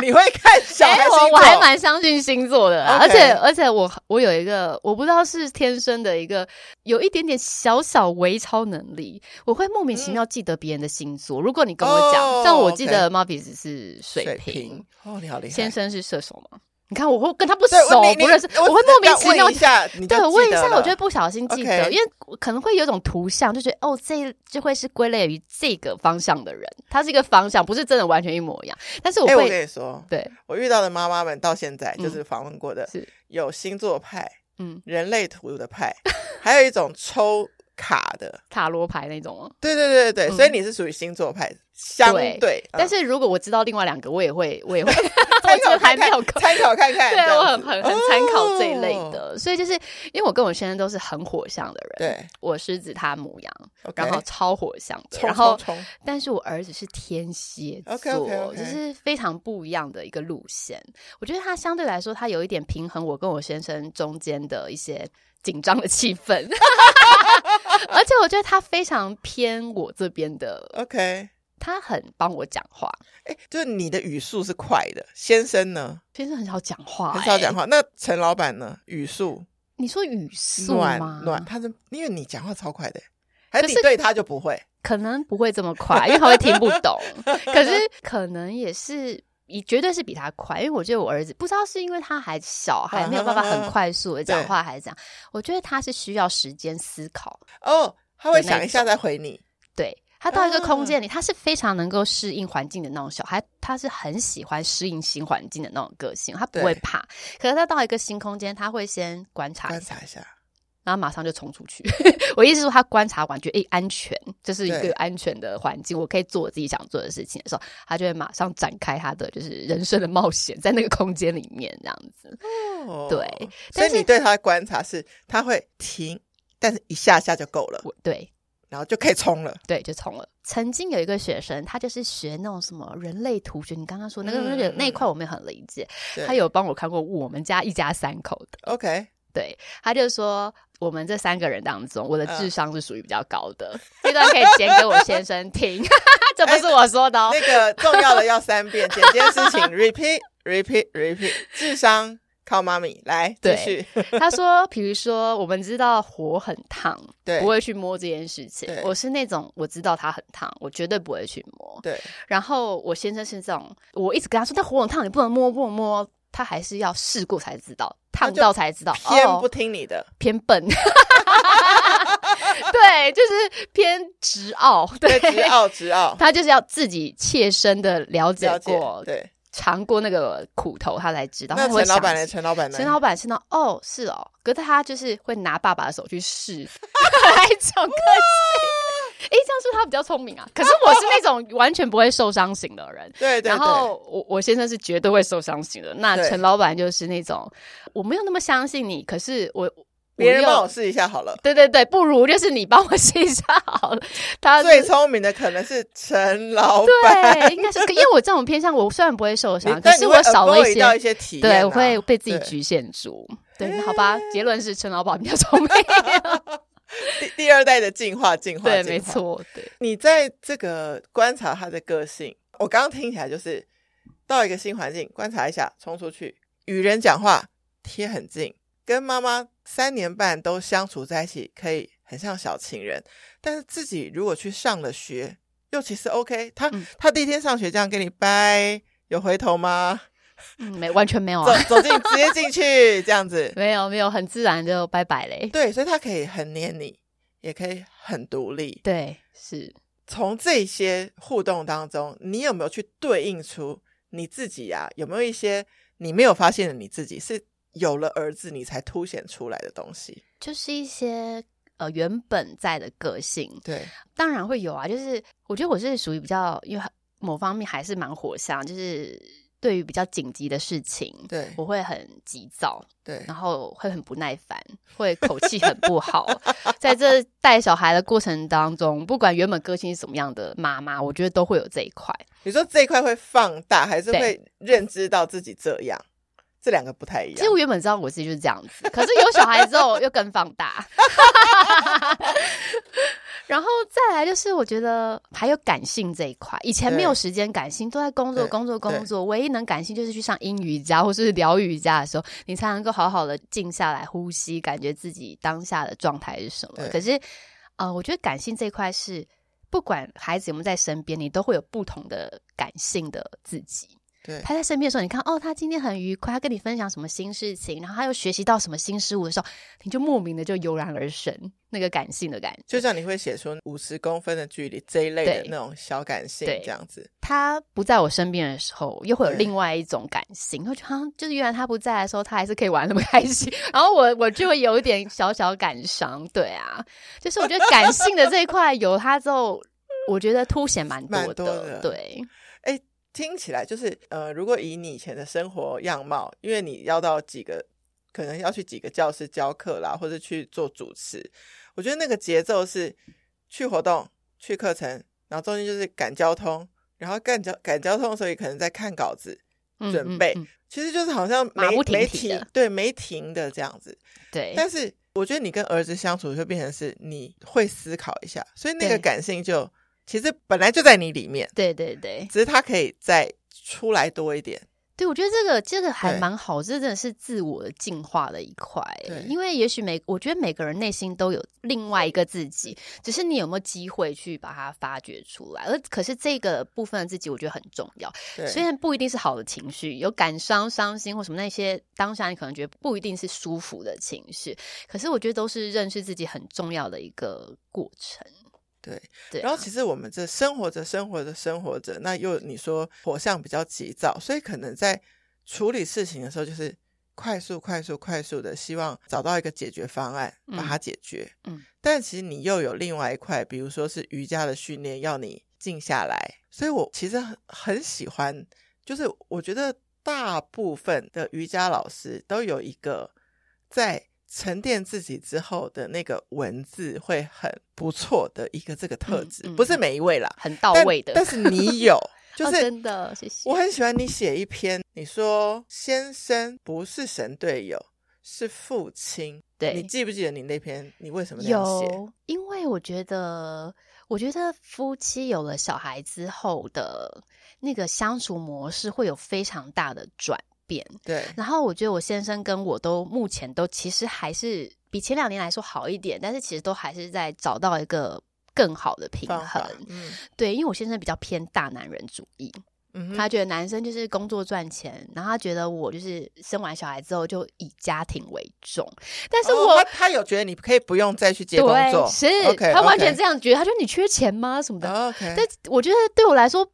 S1: 你会看小
S2: 哎，
S1: 孩星座？
S2: 我我还蛮相信星座的
S1: OK
S2: 啦而且而且我我有一个我不知道是天生的一个有一点点小小微超能力，我会莫名其妙记得别人的星座。如果你跟我讲
S1: 嗯哦
S2: 像我记
S1: OK
S2: 得 m a v i s 是水
S1: 水
S2: 瓶
S1: 平，哦，你好厉害，
S2: 先生是射手嘛？你看我会跟他不熟
S1: 对，我你你
S2: 不认识，
S1: 我
S2: 我会莫名其妙
S1: 问一 下，你就
S2: 对，我问一
S1: 记得
S2: 下，
S1: 了
S2: 我就会不小心记得
S1: OK
S2: 因为我可能会有一种图像，就觉得哦，这就会是归类于这个方向的人，他是一个方向，不是真的完全一模一样。但是我
S1: 哎、我
S2: 会、
S1: 跟你说，
S2: 对，
S1: 我遇到的妈妈们到现在
S2: 嗯
S1: 就是访问过的，
S2: 是
S1: 有星座派、
S2: 嗯，
S1: 人类图的派， 还有一种抽卡的。
S2: 塔罗牌那种哦。
S1: 对对对对，
S2: 嗯
S1: 所以你是属于星座派，相对，
S2: 但
S1: 嗯
S2: 是如果我知道另外两个，我也会， 我 也会，我
S1: 参
S2: 觉得
S1: 考
S2: 还
S1: 看
S2: 没
S1: 看
S2: 有够。
S1: 参考看看，
S2: 对
S1: 这，样
S2: 我很
S1: 子
S2: 很很参考这一类
S1: 哦
S2: 的，所以就是因为我跟我先生都是很火象的人，
S1: 对，
S2: 我狮子，他母羊，
S1: OK
S2: 然后超火象的，
S1: 冲
S2: 然后
S1: 冲冲
S2: 但是我儿子是天蝎座
S1: OK，OK，OK
S2: 就是非常不一样的一个路线。我觉得他相对来说，他有一点平衡我跟我先生中间的一些紧张的气氛， 而且我觉得他非常偏我这边的，
S1: OK，
S2: 他很帮我讲话。
S1: 哎，就是你的语速是快的，先生呢
S2: 先生很少讲话、
S1: 很少
S2: 欸
S1: 讲。话，那陈老板呢语速
S2: 你说语速
S1: 暖
S2: 吗？
S1: 暖，他是因为你讲话超快的，还是
S2: 可
S1: 你
S2: 是
S1: 对他就不会？
S2: 可能不会这么快， 因为他会听不懂。可是可能也是，也绝对是比他快，因为我觉得我儿子不知道是因为他还小，
S1: 嗯
S2: 还没有办法很快速的讲话，还是这样。我觉得他是需要时间思考，
S1: 哦，他会
S2: 的那
S1: 想一下再回你。
S2: 对。他到一个空
S1: 嗯
S2: 间里，他是非常能够适应环境的那种小孩，他是很喜欢适应新环境的那种个性，他不会
S1: 对
S2: 怕。可是他到一个新空间，他会先观察
S1: 观
S2: 一下，
S1: 察一下，
S2: 然后马上就冲出去。 我意思是说，他观察完觉得诶、安全，这是一
S1: 对
S2: 个安全的环境，我可以做我自己想做的事情的时候，他就会马上展开他的就是人生的冒险，在那个空间里面这样子。
S1: 哦
S2: 对
S1: 所
S2: 但
S1: 以
S2: 是
S1: 你对他的观察是，他会停，但是一下下就够了，
S2: 我对
S1: 然后就可以冲了。
S2: 对，就冲了。曾经有一个学生，他就是学那种什么人类图学，你刚刚说那个
S1: 嗯
S2: 那个
S1: 嗯
S2: 那一块我没有很理解，
S1: 对
S2: 他有帮我看过我们家一家三口的。
S1: OK，
S2: 对，他就说我们这三个人当中，我的
S1: 嗯
S2: 智商是属于比较高的，这段可以剪给我先生听， 这不是
S1: 哎
S2: 我说的哦。
S1: 那个重要的要三遍，简件事 情 repeat repeat repeat，智商靠妈咪来继
S2: 对
S1: 续。
S2: 他说，比如说，我们知道火很烫，
S1: 对
S2: 不会去摸这件事情
S1: 对。
S2: 我是那种我知道它很烫，我绝对不会去摸。
S1: 对，
S2: 然后我先生是这种，我一直跟他说，但火很烫，你不能摸，不能摸。他还是要试过才知道，烫到才知道，
S1: 偏
S2: 哦
S1: 不听你的，
S2: 偏笨， 对，就是偏执傲，对
S1: 对，，执傲执傲，
S2: 他就是要自己切身的了解
S1: 了解
S2: 过，
S1: 对。
S2: 尝过那个苦头，他才知道。
S1: 那
S2: 他会
S1: 陈老板
S2: 详
S1: 呢？
S2: 细
S1: 陈老板呢？
S2: 陈老板是那种哦，是哦，可是他就是会拿爸爸的手去试 哪一种个性。诶，这样是不是他比较聪明啊？可是我是那种完全不会受伤型的人。
S1: 对对
S2: 然
S1: 对，
S2: 后我我先生是绝对会受伤型的，那
S1: 对
S2: 陈老板就是那种我没有那么相信你，可是我
S1: 别人
S2: 又
S1: 帮我试一下好了。
S2: 对对对，不如就是你帮我试一下好了。他
S1: 最聪明的可能是陈老板，
S2: 对，应该是因为我这种偏向，我虽然不会受
S1: 你
S2: 伤，可
S1: 但
S2: 是
S1: 你会
S2: 我少了
S1: avoid
S2: 一些，
S1: 到一些体验啊，
S2: 对，我会被自己
S1: 对
S2: 局限住。对，那好吧，结论是陈老板比较聪 明。
S1: 第第二代的进化，进化，
S2: 对，
S1: 进
S2: 没
S1: 化。
S2: 错，对，
S1: 你在这个观察他的个性，我刚刚听起来就是到一个新环境观察一下，冲出去，与人讲话贴很近，跟妈妈三年半都相处在一起，可以很像小情人。但是自己如果去上了学，又其实 OK，他、
S2: 嗯
S1: 他第一天上学这样跟你掰，有回头吗？
S2: 嗯，没完全没有
S1: 走
S2: 啊，
S1: 走进直接进去这样子，
S2: 没有没有，很自然就拜拜嘞。
S1: 对，所以他可以很黏你，也可以很独立。
S2: 对，是，
S1: 从这些互动当中，你有没有去对应出你自己呀、有没有一些你没有发现的你自己是有了儿子你才凸显出来的东西？
S2: 就是一些呃原本在的个性，
S1: 对，
S2: 当然会有啊，就是我觉得我是属于比较，因为某方面还是蛮火象，就是对于比较紧急的事情，
S1: 对
S2: 我会很急躁，
S1: 对，
S2: 然后会很不耐烦，会口气很不好。在这带小孩的过程当中，不管原本个性是什么样的妈妈，我觉得都会有这一块。
S1: 你说这一块会放大，还是
S2: 对
S1: 会认知到自己这样？这两个不太一
S2: 其实
S1: 样
S2: 我。原本知道我自己就是这样子，可是有小孩之后又更放大。 然后再来就是，我觉得还有感性这一块，以前没有
S1: 对
S2: 时间感性，都在工作、
S1: 对
S2: 工作、
S1: 对
S2: 工作。唯一能感性就是去上英语家或是聊瑜伽的时候，你才能够好好的静下来呼吸，感觉自己当下的状态是什么
S1: 对。
S2: 可是，呃，我觉得感性这一块是，不管孩子有没有在身边，你都会有不同的感性的自己。
S1: 对
S2: 他在身边的时候，你看哦，他今天很愉快，他跟你分享什么新事情，然后他又学习到什么新事物的时候，你就莫名的就油然而生那个感性的感觉。
S1: 就像你会写出五十公分的距离这一类的
S2: 对
S1: 那种小感性，
S2: 对
S1: 这样子，
S2: 他不在我身边的时候，又会有
S1: 对
S2: 另外一种感性，会觉得好像就是原来他不在的时候，他还是可以玩得那么 开心。然后我我就会有一点小小感伤，对啊，就是我觉得感性的这一块有他之后，我觉得凸显蛮多
S1: 蛮多的
S2: 对，
S1: 听起来就是呃，如果以你以前的生活样貌，因为你要到几个，可能要去几个教室教课啦，或者去做主持，我觉得那个节奏是去活动、去课程，然后中间就是赶交通，然后赶交赶交通的时候也可能在看稿子，
S2: 嗯
S1: 准备
S2: 嗯嗯
S1: 其实就是好像
S2: 马
S1: 没
S2: 不停
S1: 没
S2: 蹄
S1: 停
S2: 的，
S1: 对，没停的这样子。
S2: 对，
S1: 但是我觉得你跟儿子相处就变成是你会思考一下，所以那个
S2: 对
S1: 感性就其实本来就在你里面，
S2: 对对对。
S1: 只是他可以再出来多一点。
S2: 对，我觉得这个这个还
S1: 对
S2: 蛮好，这真的是自我的进化的一块欸
S1: 对。
S2: 因为也许每我觉得每个人内心都有另外一个自己，只是你有没有机会去把它发掘出来。而可是这个部分的自己，我觉得很重要。
S1: 对，
S2: 虽然不一定是好的情绪，有感伤、伤心或什么那些，当下你可能觉得不一定是舒服的情绪，可是我觉得都是认识自己很重要的一个过程。
S1: 对，
S2: 对啊、
S1: 然后其实我们这生活着、生活着、生活着，那又你说火象比较急躁，所以可能在处理事情的时候，就是快速、快速、快速的，希望找到一个解决方案，把它解决。
S2: 嗯
S1: 但其实你又有另外一块，比如说是瑜伽的训练，要你静下来。所以我其实很很喜欢，就是我觉得大部分的瑜伽老师都有一个在沉淀自己之后的那个文字会很不错的一个这个特质，
S2: 嗯嗯
S1: 不是每一位啦，
S2: 很到
S1: 但
S2: 位的，
S1: 但是你 有，就
S2: 哦
S1: 是、
S2: 真的谢谢
S1: 我很喜欢你写一篇，你说先生不是神队友，是父亲。你
S2: 对，
S1: 记不记得你那篇？你为什么那样写？
S2: 有，因为我觉得，我觉得夫妻有了小孩之后的那个相处模式会有非常大的转变。
S1: 对，
S2: 然后我觉得我先生跟我都目前都其实还是比前两年来说好一点，但是其实都还是在找到一个更好的平
S1: 方
S2: 衡
S1: 法。，嗯
S2: 对，因为我先生比较偏大男人主义，
S1: 嗯哼，
S2: 他觉得男生就是工作赚钱，然后他觉得我就是生完小孩之后就以家庭为重。但是
S1: 哦他
S2: 我、
S1: 他有觉得你可以不用再去接工作，
S2: 对，是
S1: OK，
S2: 他完全
S1: OK
S2: 这样觉得，他说你缺钱吗什么的。
S1: 哦 OK，
S2: 但我觉得对我来说，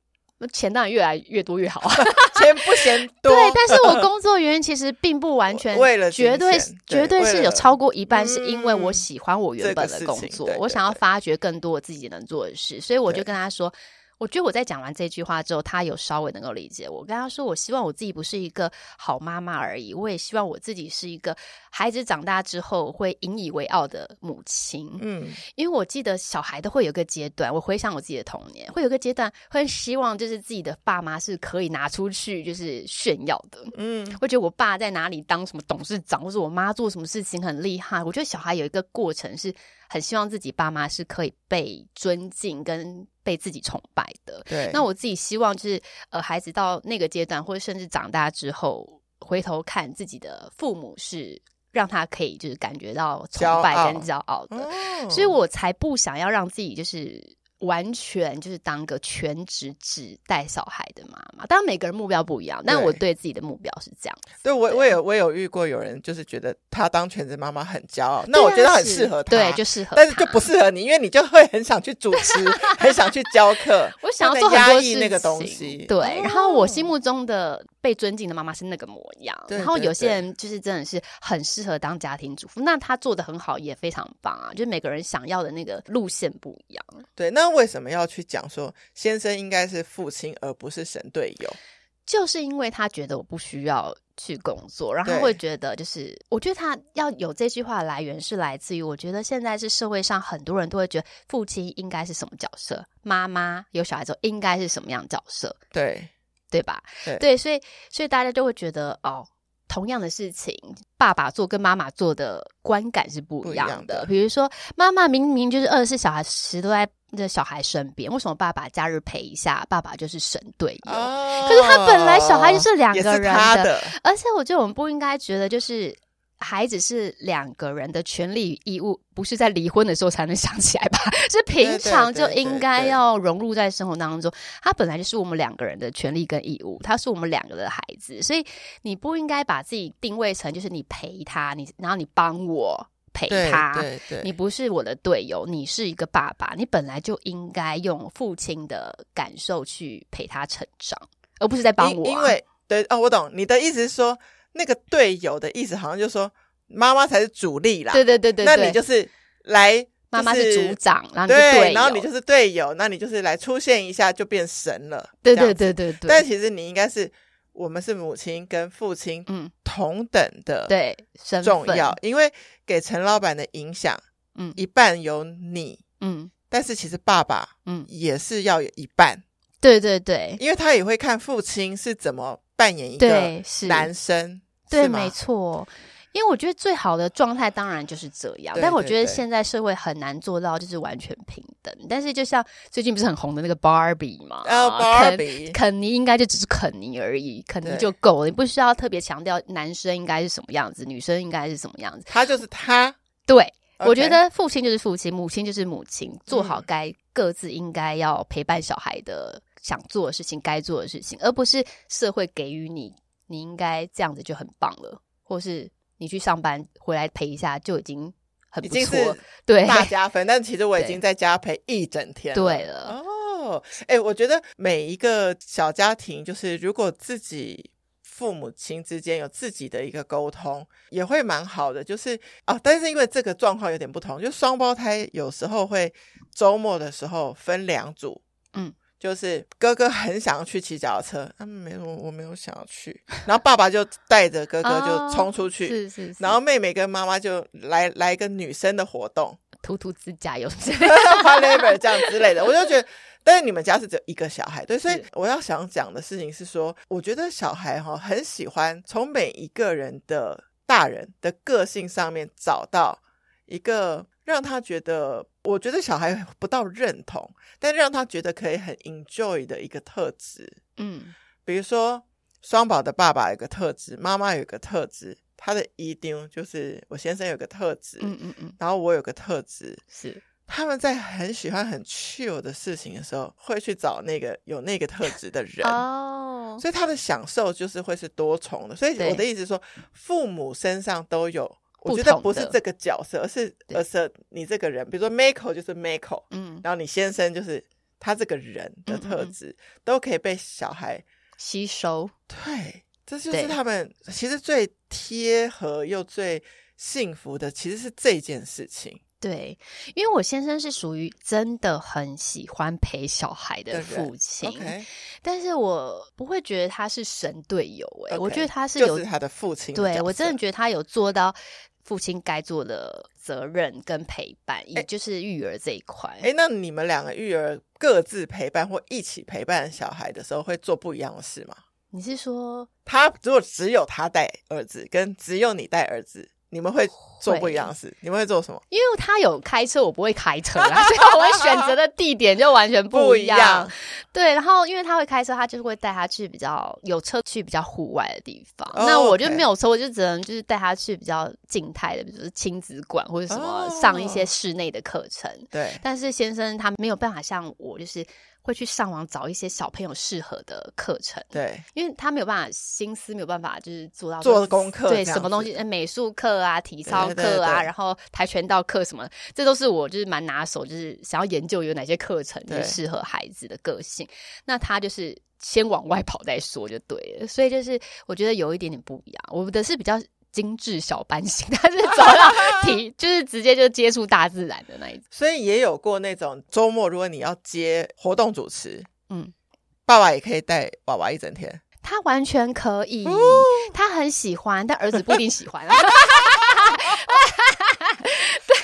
S2: 钱当然越来越多越好啊。
S1: 钱不嫌多，
S2: 对，但是我工作原因其实并不完全
S1: 为了金
S2: 绝对
S1: 钱对
S2: 绝对
S1: 为
S2: 是
S1: 了
S2: 有超过一半是因为我
S1: 嗯
S2: 喜欢我
S1: 这
S2: 原
S1: 个
S2: 本的
S1: 事
S2: 工
S1: 情
S2: 作
S1: 对，
S2: 我
S1: 对
S2: 想要
S1: 对
S2: 发掘更多我自己能做的事，所以我就
S1: 对
S2: 跟他说。我觉得我在讲完这句话之后，他有稍微能够理解我。跟他说，我希望我自己不是一个好妈妈而已，我也希望我自己是一个孩子长大之后会引以为傲的母亲。
S1: 嗯，
S2: 因为我记得小孩都会有一个阶段，我回想我自己的童年，会有一个阶段会希望就是自己的爸妈是可以拿出去就是炫耀的。
S1: 嗯，
S2: 会觉得我爸在哪里当什么董事长，或者我妈做什么事情很厉害。我觉得小孩有一个过程是很希望自己爸妈是可以被尊敬跟被自己崇拜的。
S1: 对。
S2: 那我自己希望就是呃，孩子到那个阶段，或者甚至长大之后，回头看自己的父母是让他可以就是感觉到崇拜跟骄
S1: 骄
S2: 傲嗯的。
S1: 哦，
S2: 所以我才不想要让自己就是完全就是当个全职只带小孩的妈妈。当然每个人目标不一样，但
S1: 对
S2: 我对自己的目标是这样。
S1: 对我
S2: 对啊
S1: 我有我有遇过有人就是觉得她当全职妈妈很骄傲，那我觉得很适合她，
S2: 对，就适合。
S1: 但是就不。适合你，因为你就会很想去主持，很想去教课，
S2: 我想要
S1: 就
S2: 做
S1: 在
S2: 很多
S1: 压
S2: 事
S1: 抑
S2: 情，
S1: 那个东西，
S2: 对，然后我心
S1: 哦
S2: 目中的被尊敬的妈妈是那个模样，
S1: 对
S2: 然后
S1: 对
S2: 有些
S1: 对
S2: 人就是真的是很适合当家庭主妇，那她做的很好，也非常棒啊。就是每个人想要的那个路线不一样。
S1: 对，那为什么要去讲说先生应该是父亲而不是神队友？
S2: 就是因为他觉得我不需要去工作，然后
S1: 对
S2: 会觉得就是，我觉得他要有这句话的来源是来自于，我觉得现在是社会上很多人都会觉得父亲应该是什么角色，妈妈有小孩之后应该是什么样的角色，
S1: 对，
S2: 对吧？
S1: 对
S2: 所以所以大家就会觉得哦。同样的事情，爸爸做跟妈妈做的观感是不一样的。
S1: 不一样的
S2: 比如说，妈妈明明就是二十四小时都在这小孩身边，为什么爸爸假日陪一下，爸爸就是神队友？
S1: 哦
S2: 可是他本来小孩就是两
S1: 也
S2: 个
S1: 是
S2: 人
S1: 他
S2: 的
S1: 的，
S2: 而且我觉得我们不应该觉得就是孩子是两个人的权利与义务，不是在离婚的时候才能想起来吧？ 是平常就应该要融入在生活当中。他本来就是我们两个人的权利跟义务，他是我们两个的孩子，所以你不应该把自己定位成就是你陪他，你然后你帮我陪
S1: 对
S2: 他。
S1: 对对，
S2: 你不是我的队友，你是一个爸爸，你本来就应该用父亲的感受去陪他成长，而不是在帮
S1: 因
S2: 我啊、
S1: 因为对哦，我懂你的意思是说，那个队友的意思好像就说妈妈才是主力啦，
S2: 对对对对对，
S1: 那你就是来、就是
S2: 妈妈是组长，然后你是队
S1: 对，
S2: 友，
S1: 然后你就是队友，那你就是来出现一下就变神了，
S2: 对
S1: 这样
S2: 对
S1: 子。
S2: 对对对，
S1: 但其实你应该是我们是母亲跟父亲
S2: 嗯
S1: 同等的
S2: 对身份
S1: 重要，，因为给陈老板的影响
S2: 嗯
S1: 一半由你，
S2: 嗯
S1: 但是其实爸爸
S2: 嗯，
S1: 也是要有一半，
S2: 对对对
S1: 因为他也会看父亲是怎么扮演一个
S2: 对是
S1: 男生，
S2: 对
S1: 是吗
S2: 没错。因为我觉得最好的状态当然就是这样，
S1: 对
S2: 但我
S1: 对
S2: 觉得
S1: 对
S2: 现在社会很难做到就是完全平等。但是就像最近不是很红的那个 Barbie 嘛，
S1: 呃
S2: 肯
S1: ，Barbie，
S2: 肯尼应该就只是肯尼而已，肯尼
S1: 对
S2: 就够了，你不需要特别强调男生应该是什么样子，女生应该是什么样子。
S1: 他就是他，
S2: 对我
S1: OK
S2: 觉得父亲就是父亲，母亲就是母亲，做好
S1: 嗯
S2: 该各自应该要陪伴小孩的想做的事情、该做的事情，而不是社会给予你你应该这样子就很棒了，或是你去上班回来陪一下就已经很
S1: 已
S2: 不
S1: 经
S2: 错
S1: 是，
S2: 对
S1: 大加分，但其实我已
S2: 对
S1: 经在家陪一整天了。
S2: 对了，
S1: 哦，哎、我觉得每一个小家庭，就是如果自己父母亲之间有自己的一个沟通，也会蛮好的。就是啊，但是因为这个状况有点不同，就双胞胎有时候会周末的时候分两组，
S2: 嗯。
S1: 就是哥哥很想要去骑脚踏车，他、啊、没有，我没有想要去。然后爸爸就带着哥哥
S2: 哦
S1: 就冲出去，
S2: 是是是，
S1: 然后妹妹跟妈妈就来来一个女生的活动，
S2: 涂涂指甲油之类的，
S1: whatever 这样之类的，我就觉 得。但是你们家是只有一个小孩，对，所以
S2: 是
S1: 我要想讲的事情是说，我觉得小孩哈很喜欢从每一个人的大人的个性上面找到一个让他觉得，我觉得小孩不到认同，但让他觉得可以很 enjoy 的一个特质。
S2: 嗯
S1: 比如说，双宝的爸爸有个特质，妈妈有个特质，他的姨丢就是我先生有个特质，
S2: 嗯嗯 嗯，
S1: 然后我有个特质。
S2: 是
S1: 他们在很喜欢很 chill 的事情的时候，会去找那个有那个特质的人。
S2: 哦，
S1: 所以他的享受就是会是多重的。所以
S2: 对
S1: 我的意思是说，父母身上都有，我
S2: 不
S1: 觉得
S2: 同
S1: 不是
S2: 的
S1: 这个角色，而是
S2: 对
S1: 而是你这个人。比如说 Mako 就是 Mako，
S2: 嗯，
S1: 然后你先生就是他这个人的
S2: 嗯嗯
S1: 特
S2: 嗯
S1: 质，都可以被小孩
S2: 吸收，
S1: 对，这就是
S2: 对
S1: 他们其实最贴合又最幸福的，其实是这件事情
S2: 对，因为我先生是属于真的很喜欢陪小孩
S1: 的
S2: 的
S1: 人
S2: 父亲
S1: OK，
S2: 但是我不会觉得他是神队友、欸，我
S1: OK，
S2: 觉得他是有，
S1: 就是他的父亲的角色。
S2: 对我真的觉得他有做到父亲该做的责任跟陪伴，也就是育儿这一块。
S1: 哎，那你们两个育儿各自陪伴或一起陪伴小孩的时候，会做不一样的事吗？
S2: 你是说
S1: 他如果只有他带儿子，跟只有你带儿子，你们会做不一样的事，你们会做什么？
S2: 因为他有开车，我不会开车啊， 所以我们选择的地点就完全不一样。
S1: 样，
S2: 对，然后因为他会开车，他就是会带他去比较有车去比较户外的地方。
S1: 哦
S2: 那我
S1: OK
S2: 就没有车，我就只能就是带他去比较静态的，比如说亲子馆或者什么、
S1: 哦
S2: 上一些室内的课程。
S1: 对，
S2: 但是先生他没有办法像我，就是会去上网找一些小朋友适合的课程。
S1: 对，
S2: 因为他没有办法心思，没有办法就是做到
S1: 做
S2: 说
S1: 功课
S2: 对
S1: 这样
S2: 什么东西，
S1: 子
S2: 呃美术课啊、体操
S1: 对
S2: 课啊，
S1: 对对
S2: 然后跆拳道课什么，这都是我就是蛮拿手，就是想要研究有哪些课程就
S1: 对
S2: 是适合孩子的个性。那他就是先往外跑再说就对了，所以就是我觉得有一点点不一样，我的是比较。精致小班型， 他是走到体，就是直接就接触大自然的那一种。
S1: 所以也有过那种周末，如果你要接活动主持，
S2: 嗯，
S1: 爸爸也可以带娃娃一整天。
S2: 他完全可
S1: 哦
S2: 以，他很喜欢，但儿子不一定喜欢 啊。对，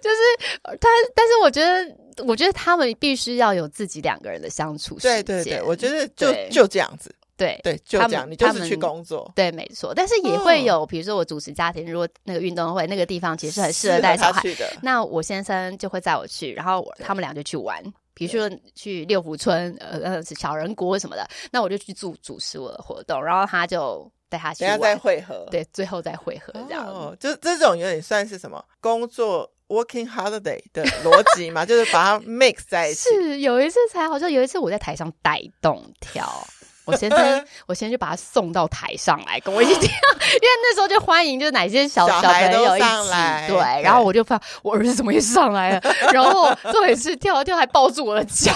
S2: 就是他，但是我觉得，我觉得他们必须要有自己两个人的相处时
S1: 对
S2: 间。
S1: 对对，我觉得就
S2: 对
S1: 就这样子，
S2: 对
S1: 对，就
S2: 他
S1: 这样，
S2: 们
S1: 你就
S2: 他
S1: 是
S2: 们
S1: 去工作。
S2: 对，没错。但是也会
S1: 嗯
S2: 有，比如说我主持家庭，如果那个运动会那个地方其实很适合带小
S1: 他
S2: 孩，
S1: 去 的，
S2: 那我先生就会载我去，然后我
S1: 对
S2: 他们俩就去玩，比如说去六福村、呃呃小人国什么的，那我就去主主持我的活动，然后他就带他去
S1: 等一下再
S2: 玩，
S1: 会合。
S2: 对，最后再汇合这样。
S1: 哦，就这种有点算是什么工作 working holiday 的逻辑嘛， 就是把它 mix 在一起。
S2: 是有一次才好像有一次我在台上带动 跳。我先生，我先就把他送到台上来跟我一 起跳，因为那时候就欢迎就是哪些小
S1: 小
S2: 小
S1: 孩
S2: 朋
S1: 都
S2: 友一
S1: 上来
S2: 起，对
S1: 对，
S2: 然后我就发我儿子怎么也上来了，然后重点是跳跳还抱住我的脚，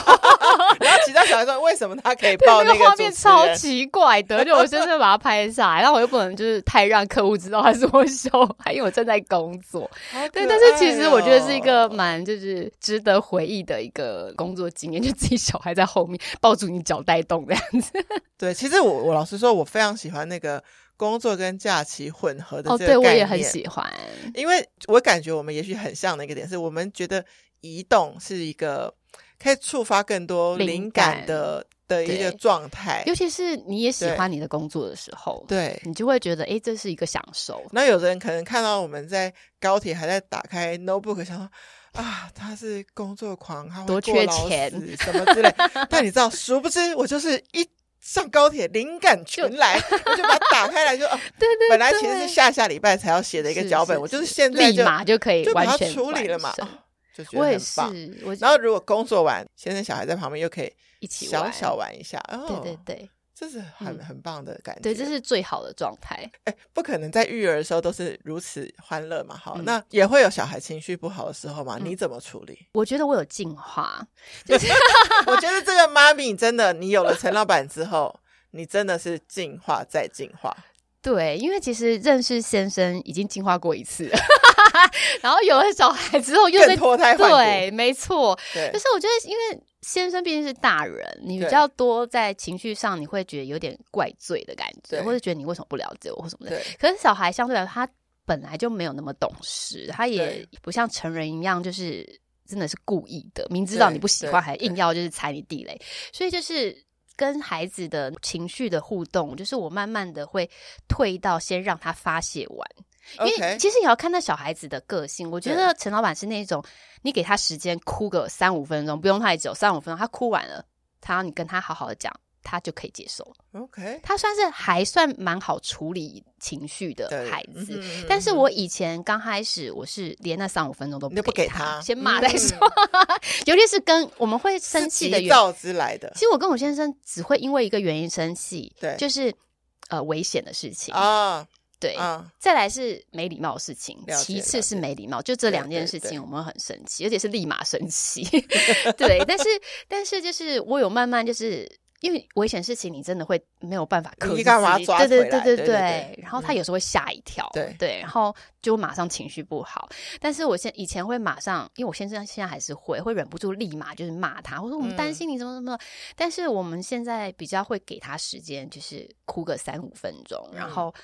S1: 然后其他小孩说，为什么他可以
S2: 对
S1: 抱
S2: 那
S1: 个
S2: 画
S1: 主
S2: 面
S1: 持人
S2: 超奇怪的，就我真的把它拍下来，然后我又不能就是太让客户知道他是我小孩，因为我正在工作。
S1: 好
S2: 对，
S1: 可
S2: 但是其实
S1: 爱
S2: 我觉得是一个
S1: 哦
S2: 蛮就是值得回忆的一个工作经验，就自己小孩在后面抱住你脚带动这样子。
S1: 对。其实我我老实说，我非常喜欢那个工作跟假期混合的
S2: 哦，
S1: 这
S2: 对
S1: 个概念，哎
S2: 我也很喜欢。
S1: 因为我感觉我们也许很像的一个点是，我们觉得移动是一个可以触发更多
S2: 灵
S1: 灵感
S2: 感
S1: 的的一个
S2: 对
S1: 状态。
S2: 尤其是你也喜
S1: 对
S2: 欢你的工作的时候，
S1: 对，
S2: 你就会觉得哎，诶这是一个享受。
S1: 那有的人可能看到我们在高铁还在打开 notebook，想说啊，他是工作狂，他会过
S2: 多缺
S1: 劳
S2: 钱
S1: 死什么之类。但你知道，殊不知我就是一上高铁灵感全来，我就把它打开来就，哦、
S2: 对对
S1: 本来其实是下下礼拜才要写的一个
S2: 是
S1: 脚
S2: 是
S1: 本，我就是
S2: 是
S1: 现在
S2: 立
S1: 就
S2: 马就可以
S1: 就把
S2: 完
S1: 它
S2: 全
S1: 处理
S2: 完
S1: 了嘛，
S2: 成
S1: 哦就觉得
S2: 我也
S1: 很
S2: 是
S1: 棒。，
S2: 我
S1: 然后如果工作完，先生小孩在旁边又可以
S2: 一起
S1: 小
S2: 玩
S1: 小玩一下，哦，
S2: 对对，对
S1: 这是很
S2: 嗯
S1: 很棒的感觉，
S2: 对，这是最好的状态。
S1: 哎，不可能在育儿的时候都是如此欢乐嘛。好，
S2: 嗯
S1: 那也会有小孩情绪不好的时候嘛，
S2: 嗯？
S1: 你怎么处理
S2: 我觉得我有进化，
S1: 我觉得这个妈咪真的，你有了陈老板之后，你真的是进化再进化。
S2: 对，因为其实认识先生已经进化过一次了， 然后有了小孩之后又
S1: 更
S2: 在
S1: 脱胎换骨
S2: 对，没错。
S1: 对
S2: 可，是我觉得，因为先生毕竟是大人，你比
S1: 对
S2: 较多在情绪上，你会觉得有点怪罪的感
S1: 对
S2: 觉，或者觉得你为什么不了解我或什么的。
S1: 对，
S2: 可是小孩相对来说，他本来就没有那么懂事，他也
S1: 对
S2: 不像成人一样，就是真的是故意的，明知道
S1: 对
S2: 你不喜
S1: 对
S2: 欢还
S1: 对
S2: 硬要就是踩你地雷，所以就是。跟孩子的情绪的互动，就是我慢慢的会退到先让他发泄完。因为
S1: OK，
S2: 其实也要看到小孩子的个性。我觉
S1: 对
S2: 得陈老板是那种，你给他时间哭个三五分钟，不用太久，三五分钟他哭完了，他让你跟他好好的讲，他就可以接受。
S1: OK
S2: 他算是还算蛮好处理情绪的
S1: 对
S2: 孩
S1: 嗯
S2: 子。
S1: 哼
S2: 但是
S1: 嗯哼
S2: 我以前刚开始，我是连那三五分钟都
S1: 你都不
S2: 给
S1: 给他
S2: 先骂
S1: 嗯
S2: 再说。 尤其是跟我们会生
S1: 是
S2: 气的
S1: 急
S2: 原
S1: 躁之来的
S2: 其实我跟我先生只会因为一个原因生气，
S1: 对
S2: 就是呃危险的事情，
S1: 啊
S2: 对，
S1: 啊，
S2: 再来是没礼貌的事情，
S1: 了解
S2: 其次是
S1: 了解
S2: 没礼貌，就这两件事
S1: 对对
S2: 情我们会很生气，而且是立马生气。 对，但是但是就是我有慢慢就是。因为危险事情，你真的会没有办法克制
S1: 你干嘛
S2: 自己
S1: 抓
S2: 对对
S1: 回来
S2: 对
S1: 对对对嗯
S2: 然后他有时候会吓一跳，
S1: 对
S2: 对，然后就马上情绪不好。但是我现以前会马上，因为我先生现在还是会，会忍不住立马就是骂他，或者我们
S1: 嗯
S2: 担心你怎么怎么。但是我们现在比较会给他时间，就是哭个三五分钟，然
S1: 嗯
S2: 后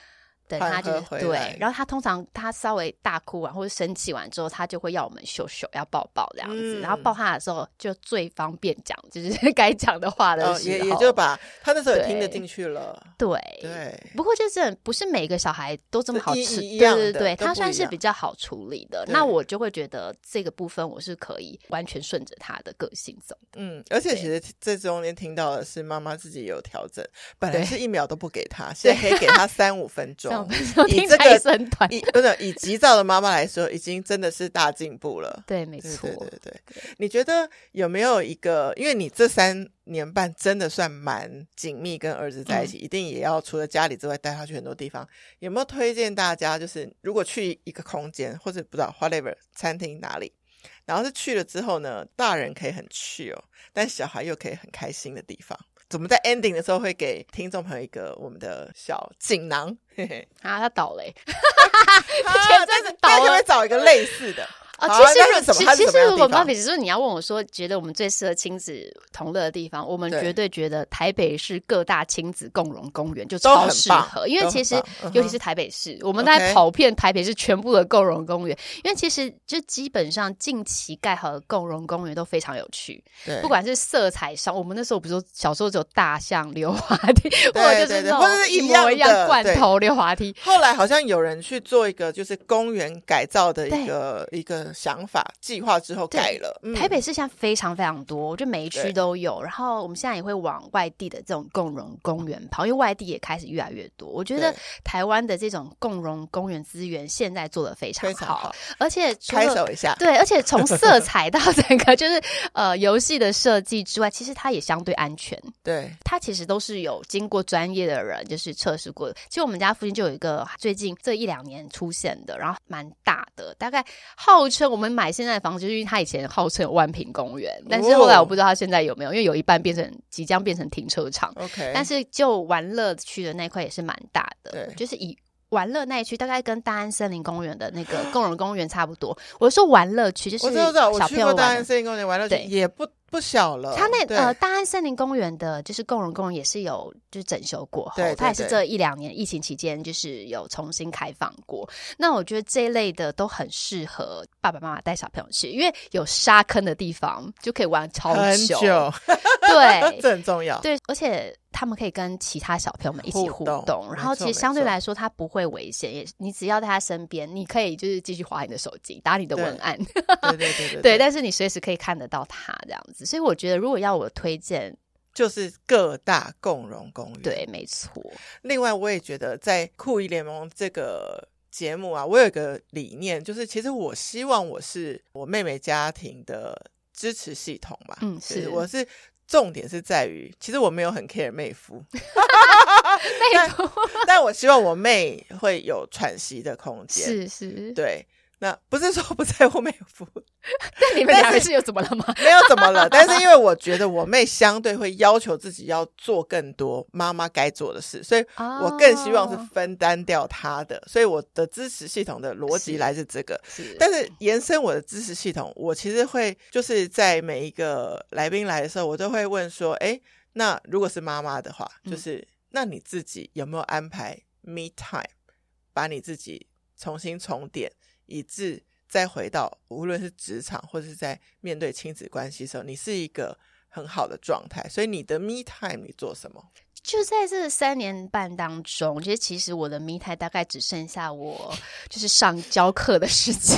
S2: 等
S1: 缓
S2: 他就
S1: 和
S2: 是
S1: 回来
S2: 对，然后他通常他稍微大哭完或者生气完之后，他就会要我们秀秀，要抱抱这样子。
S1: 嗯
S2: 然后抱他的时候，就最方便讲就是 该讲的话的时候，
S1: 哦，也也就把他那时候也听得
S2: 对
S1: 进去了，
S2: 对。
S1: 对，
S2: 不过这真的不是每个小孩都这么好
S1: 一
S2: 吃，
S1: 一
S2: 对
S1: 样
S2: 对
S1: 的
S2: 对，
S1: 都
S2: 他
S1: 不
S2: 算
S1: 一
S2: 是
S1: 样
S2: 比较好处理的。
S1: 对
S2: 那我就会觉得这个部分我是可以完全顺着他的个性走。
S1: 嗯，而且
S2: 对
S1: 其实这中间听到的是妈妈自己有调整，本来
S2: 对
S1: 是一秒都不给 他，现在可以给他三五分
S2: 这样
S1: 钟
S2: 我。们 就
S1: 以
S2: 听
S1: 这
S2: 他一
S1: 个
S2: 声团，
S1: 以不是以急躁的妈妈来说，已经真的是大进步了。
S2: 对，没
S1: 对
S2: 错
S1: 对，对对，你觉得有没有一个？因为你这三年半真的算蛮紧密，跟儿子
S2: 嗯
S1: 在一起，一定也要除了家里之外带他去很多地方。有没有推荐大家，就是如果去一个空间或者不知道 whatever 餐厅哪里，然后是去了之后呢，大人可以很去哦，但小孩又可以很开心的地方？怎么在 ending 的时候会给听众朋友一个我们的小锦囊？嘿 嘿，
S2: 啊，他倒嘞。
S1: 啊
S2: 真
S1: 但
S2: 的
S1: 是
S2: 倒
S1: 但可不可
S2: 了
S1: 以找一个类似的？
S2: 哦，
S1: 好
S2: 其
S1: 啊
S2: 实
S1: 那
S2: 如
S1: 是什么
S2: 其
S1: 它是什么
S2: 其实
S1: 样的
S2: 如果
S1: 地方
S2: 妈比，只是你要问我说，觉得我们最适合亲子同乐的地方，我们
S1: 对
S2: 绝对觉得台北市各大亲子共融公园就
S1: 都
S2: 超
S1: 很
S2: 适
S1: 棒
S2: 合，因为
S1: 都
S2: 其
S1: 很
S2: 实
S1: 棒嗯哼
S2: 尤其是台北市，我们在
S1: OK
S2: 跑遍台北市全部的共融公园，因为其实就基本上近期盖好的共融公园都非常有趣，
S1: 对
S2: 不管是色彩上，我们那时候不是说小时候只有大象溜滑梯，或者就
S1: 对对
S2: 是那
S1: 或者
S2: 种
S1: 是一样
S2: 模一样
S1: 的
S2: 罐
S1: 对
S2: 头溜滑 梯，
S1: 后来好像有人去做一个就是公园改造的一个一个想法计划之后
S2: 对
S1: 改了，嗯
S2: 台北市现在非常非常多，就每一区
S1: 对
S2: 都有。然后我们现在也会往外地的这种共融公园跑，因为外地也开始越来越多。我觉得
S1: 对
S2: 台湾的这种共融公园资源现在做的非常
S1: 非
S2: 好，
S1: 常好，
S2: 而且除
S1: 拍
S2: 了
S1: 手一下，
S2: 对，而且从色彩到整个就是呃游戏的设计之外，其实它也相对安全。
S1: 对，
S2: 它其实都是有经过专业的人就是测试过的。其实我们家附近就有一个最近这一两年出现的，然后蛮大的，大概号称我们买现在的房子，就是因为它以前号称有万平公园，但是后
S1: 哦
S2: 来我不知道它现在有没有，因为有一半变成即将变成停车场。
S1: ，OK，
S2: 但是就玩乐区的那块也是蛮大的
S1: 哎对，
S2: 就是以。玩乐那一区大概跟大安森林公园的那个共荣公园差不多。我说玩乐区就是
S1: 我知道，我知道，我
S2: 小
S1: 去
S2: 朋友
S1: 过
S2: 玩
S1: 大
S2: 的
S1: 安森林公园玩乐区
S2: 对
S1: 也不不小了，
S2: 它那
S1: 对
S2: 呃，大安森林公园的，就是共荣公园也是有就是整修过后，
S1: 对对
S2: 它也是
S1: 对
S2: 这一两年疫情期间就是有重新开放过。那我觉得这一类的都很适合爸爸妈妈带小朋友去，因为有沙坑的地方就可以玩超
S1: 很
S2: 久，
S1: 久，
S2: 对
S1: 这很重要，
S2: 对，而且。他们可以跟其他小朋友们一起
S1: 互
S2: 互动，
S1: 动
S2: 然后
S1: 没
S2: 其
S1: 错
S2: 实
S1: 没
S2: 相对
S1: 错
S2: 来说它不会危险，也你只要在他身边，你可以就是继续划你的手机，打你的
S1: 对
S2: 文案，
S1: 对对对对
S2: 对，
S1: 对，
S2: 但是你随时可以看得到他这样子，所以我觉得如果要我推荐，
S1: 就是各大共融公园，
S2: 对，没 错，
S1: 另外，我也觉得在酷艺联盟这个节目啊，我有一个理念，就是其实我希望我是我妹妹家庭的支持系统吧。
S2: 嗯
S1: 就是我是重点是在于，其实我没有很 care 妹夫，
S2: 内部
S1: 但我希望我妹会有喘息的空间。，
S2: 是是，
S1: 对。那不是说不在乎妹夫，
S2: 但你们两个是又怎么了吗？
S1: 没有怎么了，但是因为我觉得我妹相对会要求自己要做更多妈妈该做的事，所以 我更希望是
S2: 哦
S1: 分担掉他的，所以我的支持系统的逻
S2: 是
S1: 辑来自这个。
S2: 是，
S1: 但是延伸我的支持系统，我其实会就是在每一个来宾来的时候，我都会问说：“哎，那如果是妈妈的话，
S2: 嗯
S1: 就是、那你自己有没有安排 me time，把你自己重新重点，以致再回到无论是职场或是在面对亲子关系的时候，你是一个很好的状态。所以你的 me time 你做什么？
S2: 就在这三年半当中，其实其实我的 me time 大概只剩下我就是上教课的时间，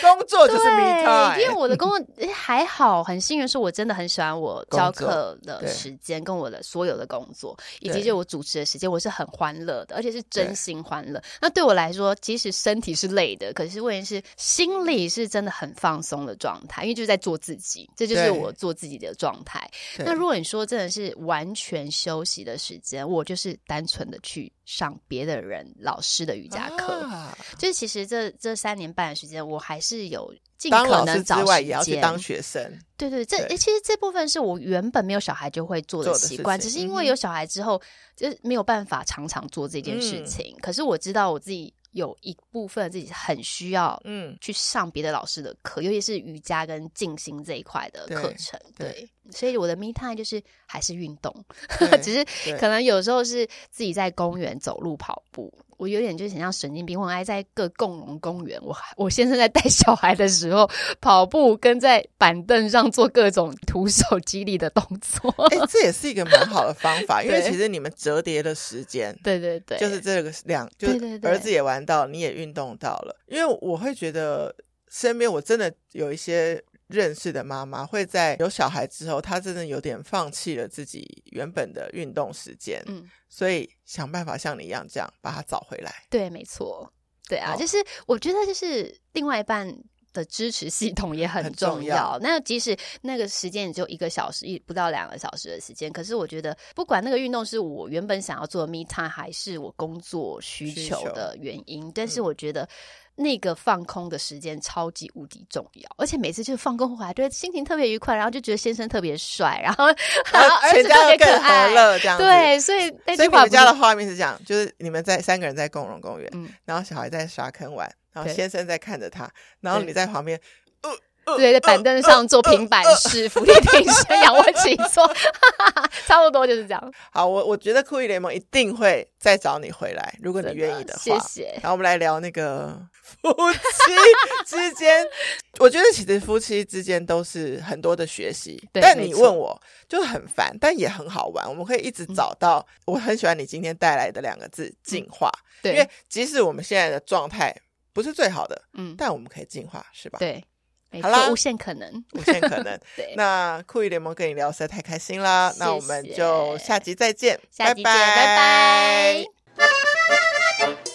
S1: 工作 就是 me
S2: 对，因为
S1: time。
S2: 我的工作诶还好，很幸运是我真的很喜欢我
S1: 工作
S2: 教课的
S1: 对
S2: 时间，跟我的所有的工作，以
S1: 对
S2: 及就我主持的时间，我是很欢乐的，而且是
S1: 对
S2: 真心欢乐。那对我来说，即使身体是累的，可是问题是心里是真的很放松的状态，因为就是在做自己，这就是
S1: 对
S2: 我做自己的状态。
S1: 对
S2: 那如果你说真的是完全休息的时间，我就是单纯的去上别的人老师的瑜伽课。
S1: 啊
S2: 就是其实这这三年半的时间，我还是有尽
S1: 当
S2: 可
S1: 老师
S2: 能
S1: 之
S2: 找
S1: 外，
S2: 时
S1: 也要去
S2: 间
S1: 当学生。
S2: 对对，这
S1: 对
S2: 诶其实这部分是我原本没有小孩就会做的
S1: 做的
S2: 习
S1: 事
S2: 惯，
S1: 情
S2: 只是因
S1: 嗯
S2: 为
S1: 哼
S2: 有小孩之后，就是没有办法常常做这件事
S1: 嗯
S2: 情。可是我知道我自己有一部分自己很需要
S1: 嗯，
S2: 去上别的老师的课，尤其是瑜伽跟静心这一块的
S1: 对
S2: 课程。
S1: 对
S2: 对，所以我的 me time 就是还是运动，
S1: 对
S2: 只是
S1: 对
S2: 可能有时候是自己在公园走路跑步。我有点就是很像神经病，我很爱在各共荣公园。我我先生在带小孩的时候跑步，跟在板凳上做各种徒手激励的动作。
S1: 哎、这也是一个蛮好的方法，因为
S2: 对
S1: 其实你们折叠的时间，
S2: 对对对，
S1: 就是这个两，就
S2: 对对
S1: 是
S2: 对
S1: 儿子也玩到，你也运动到了。因为我会觉得身边我真的有一些认识的妈妈，会在有小孩之后，她真的有点放弃了自己原本的运动时间，
S2: 嗯，
S1: 所以想办法像你一样这样把它找回来。
S2: 对，没错，对啊，
S1: 哦
S2: 就是我觉得就是另外一半的支持系统也很
S1: 很
S2: 重要。
S1: 重要
S2: 那即使那个时间也就一个小时，一不到两个小时的时间，可是我觉得不管那个运动是我原本想要做的 me time，还是我工作需
S1: 需
S2: 求
S1: 求
S2: 的原因，但是
S1: 嗯
S2: 我觉得。那个放空的时间超级无敌重要，而且每次就是放空回来，就会心情特别愉快，然后就觉得先生特别帅，然后
S1: 然后
S2: 儿
S1: 全
S2: 子特
S1: 家
S2: 别
S1: 又
S2: 可
S1: 更和
S2: 爱，
S1: 乐这样子。
S2: 对，所以那
S1: 所以你
S2: 句话
S1: 们
S2: 哎不
S1: 家
S2: 是
S1: 的画面是这样，就是你们在三个人在共荣公园，
S2: 嗯
S1: 然后小孩在沙坑玩，然后
S2: 对
S1: 先生在看着他，然后
S2: 对
S1: 你在旁边，呃呃
S2: 对，在板凳上做平板式、俯卧撑、仰卧起坐， 差不多就是这样。
S1: 好，我我觉得酷艺联盟一定会再找你回来，如果你
S2: 真
S1: 愿意的话。
S2: 谢谢。
S1: 然后我们来聊那个 夫妻之间，我觉得其实夫妻之间都是很多的学习。
S2: 对
S1: 但
S2: 没
S1: 你
S2: 错嗯
S1: 问我，就是很烦，但也很好玩。我们可以一直找到，我很喜欢你今天带来的两个字“进化”，因
S2: 嗯对
S1: 为，即使我们现在的状态不是最好的，
S2: 嗯，
S1: 但我们可以进化，是吧？，
S2: 对，没
S1: 好啦
S2: 错，无限可能。
S1: 无限可能。
S2: 对，
S1: 那酷艺联盟跟你聊实在太开心啦，
S2: 谢谢
S1: 那我们就下集再见，
S2: 下集见，
S1: 拜
S2: 拜拜。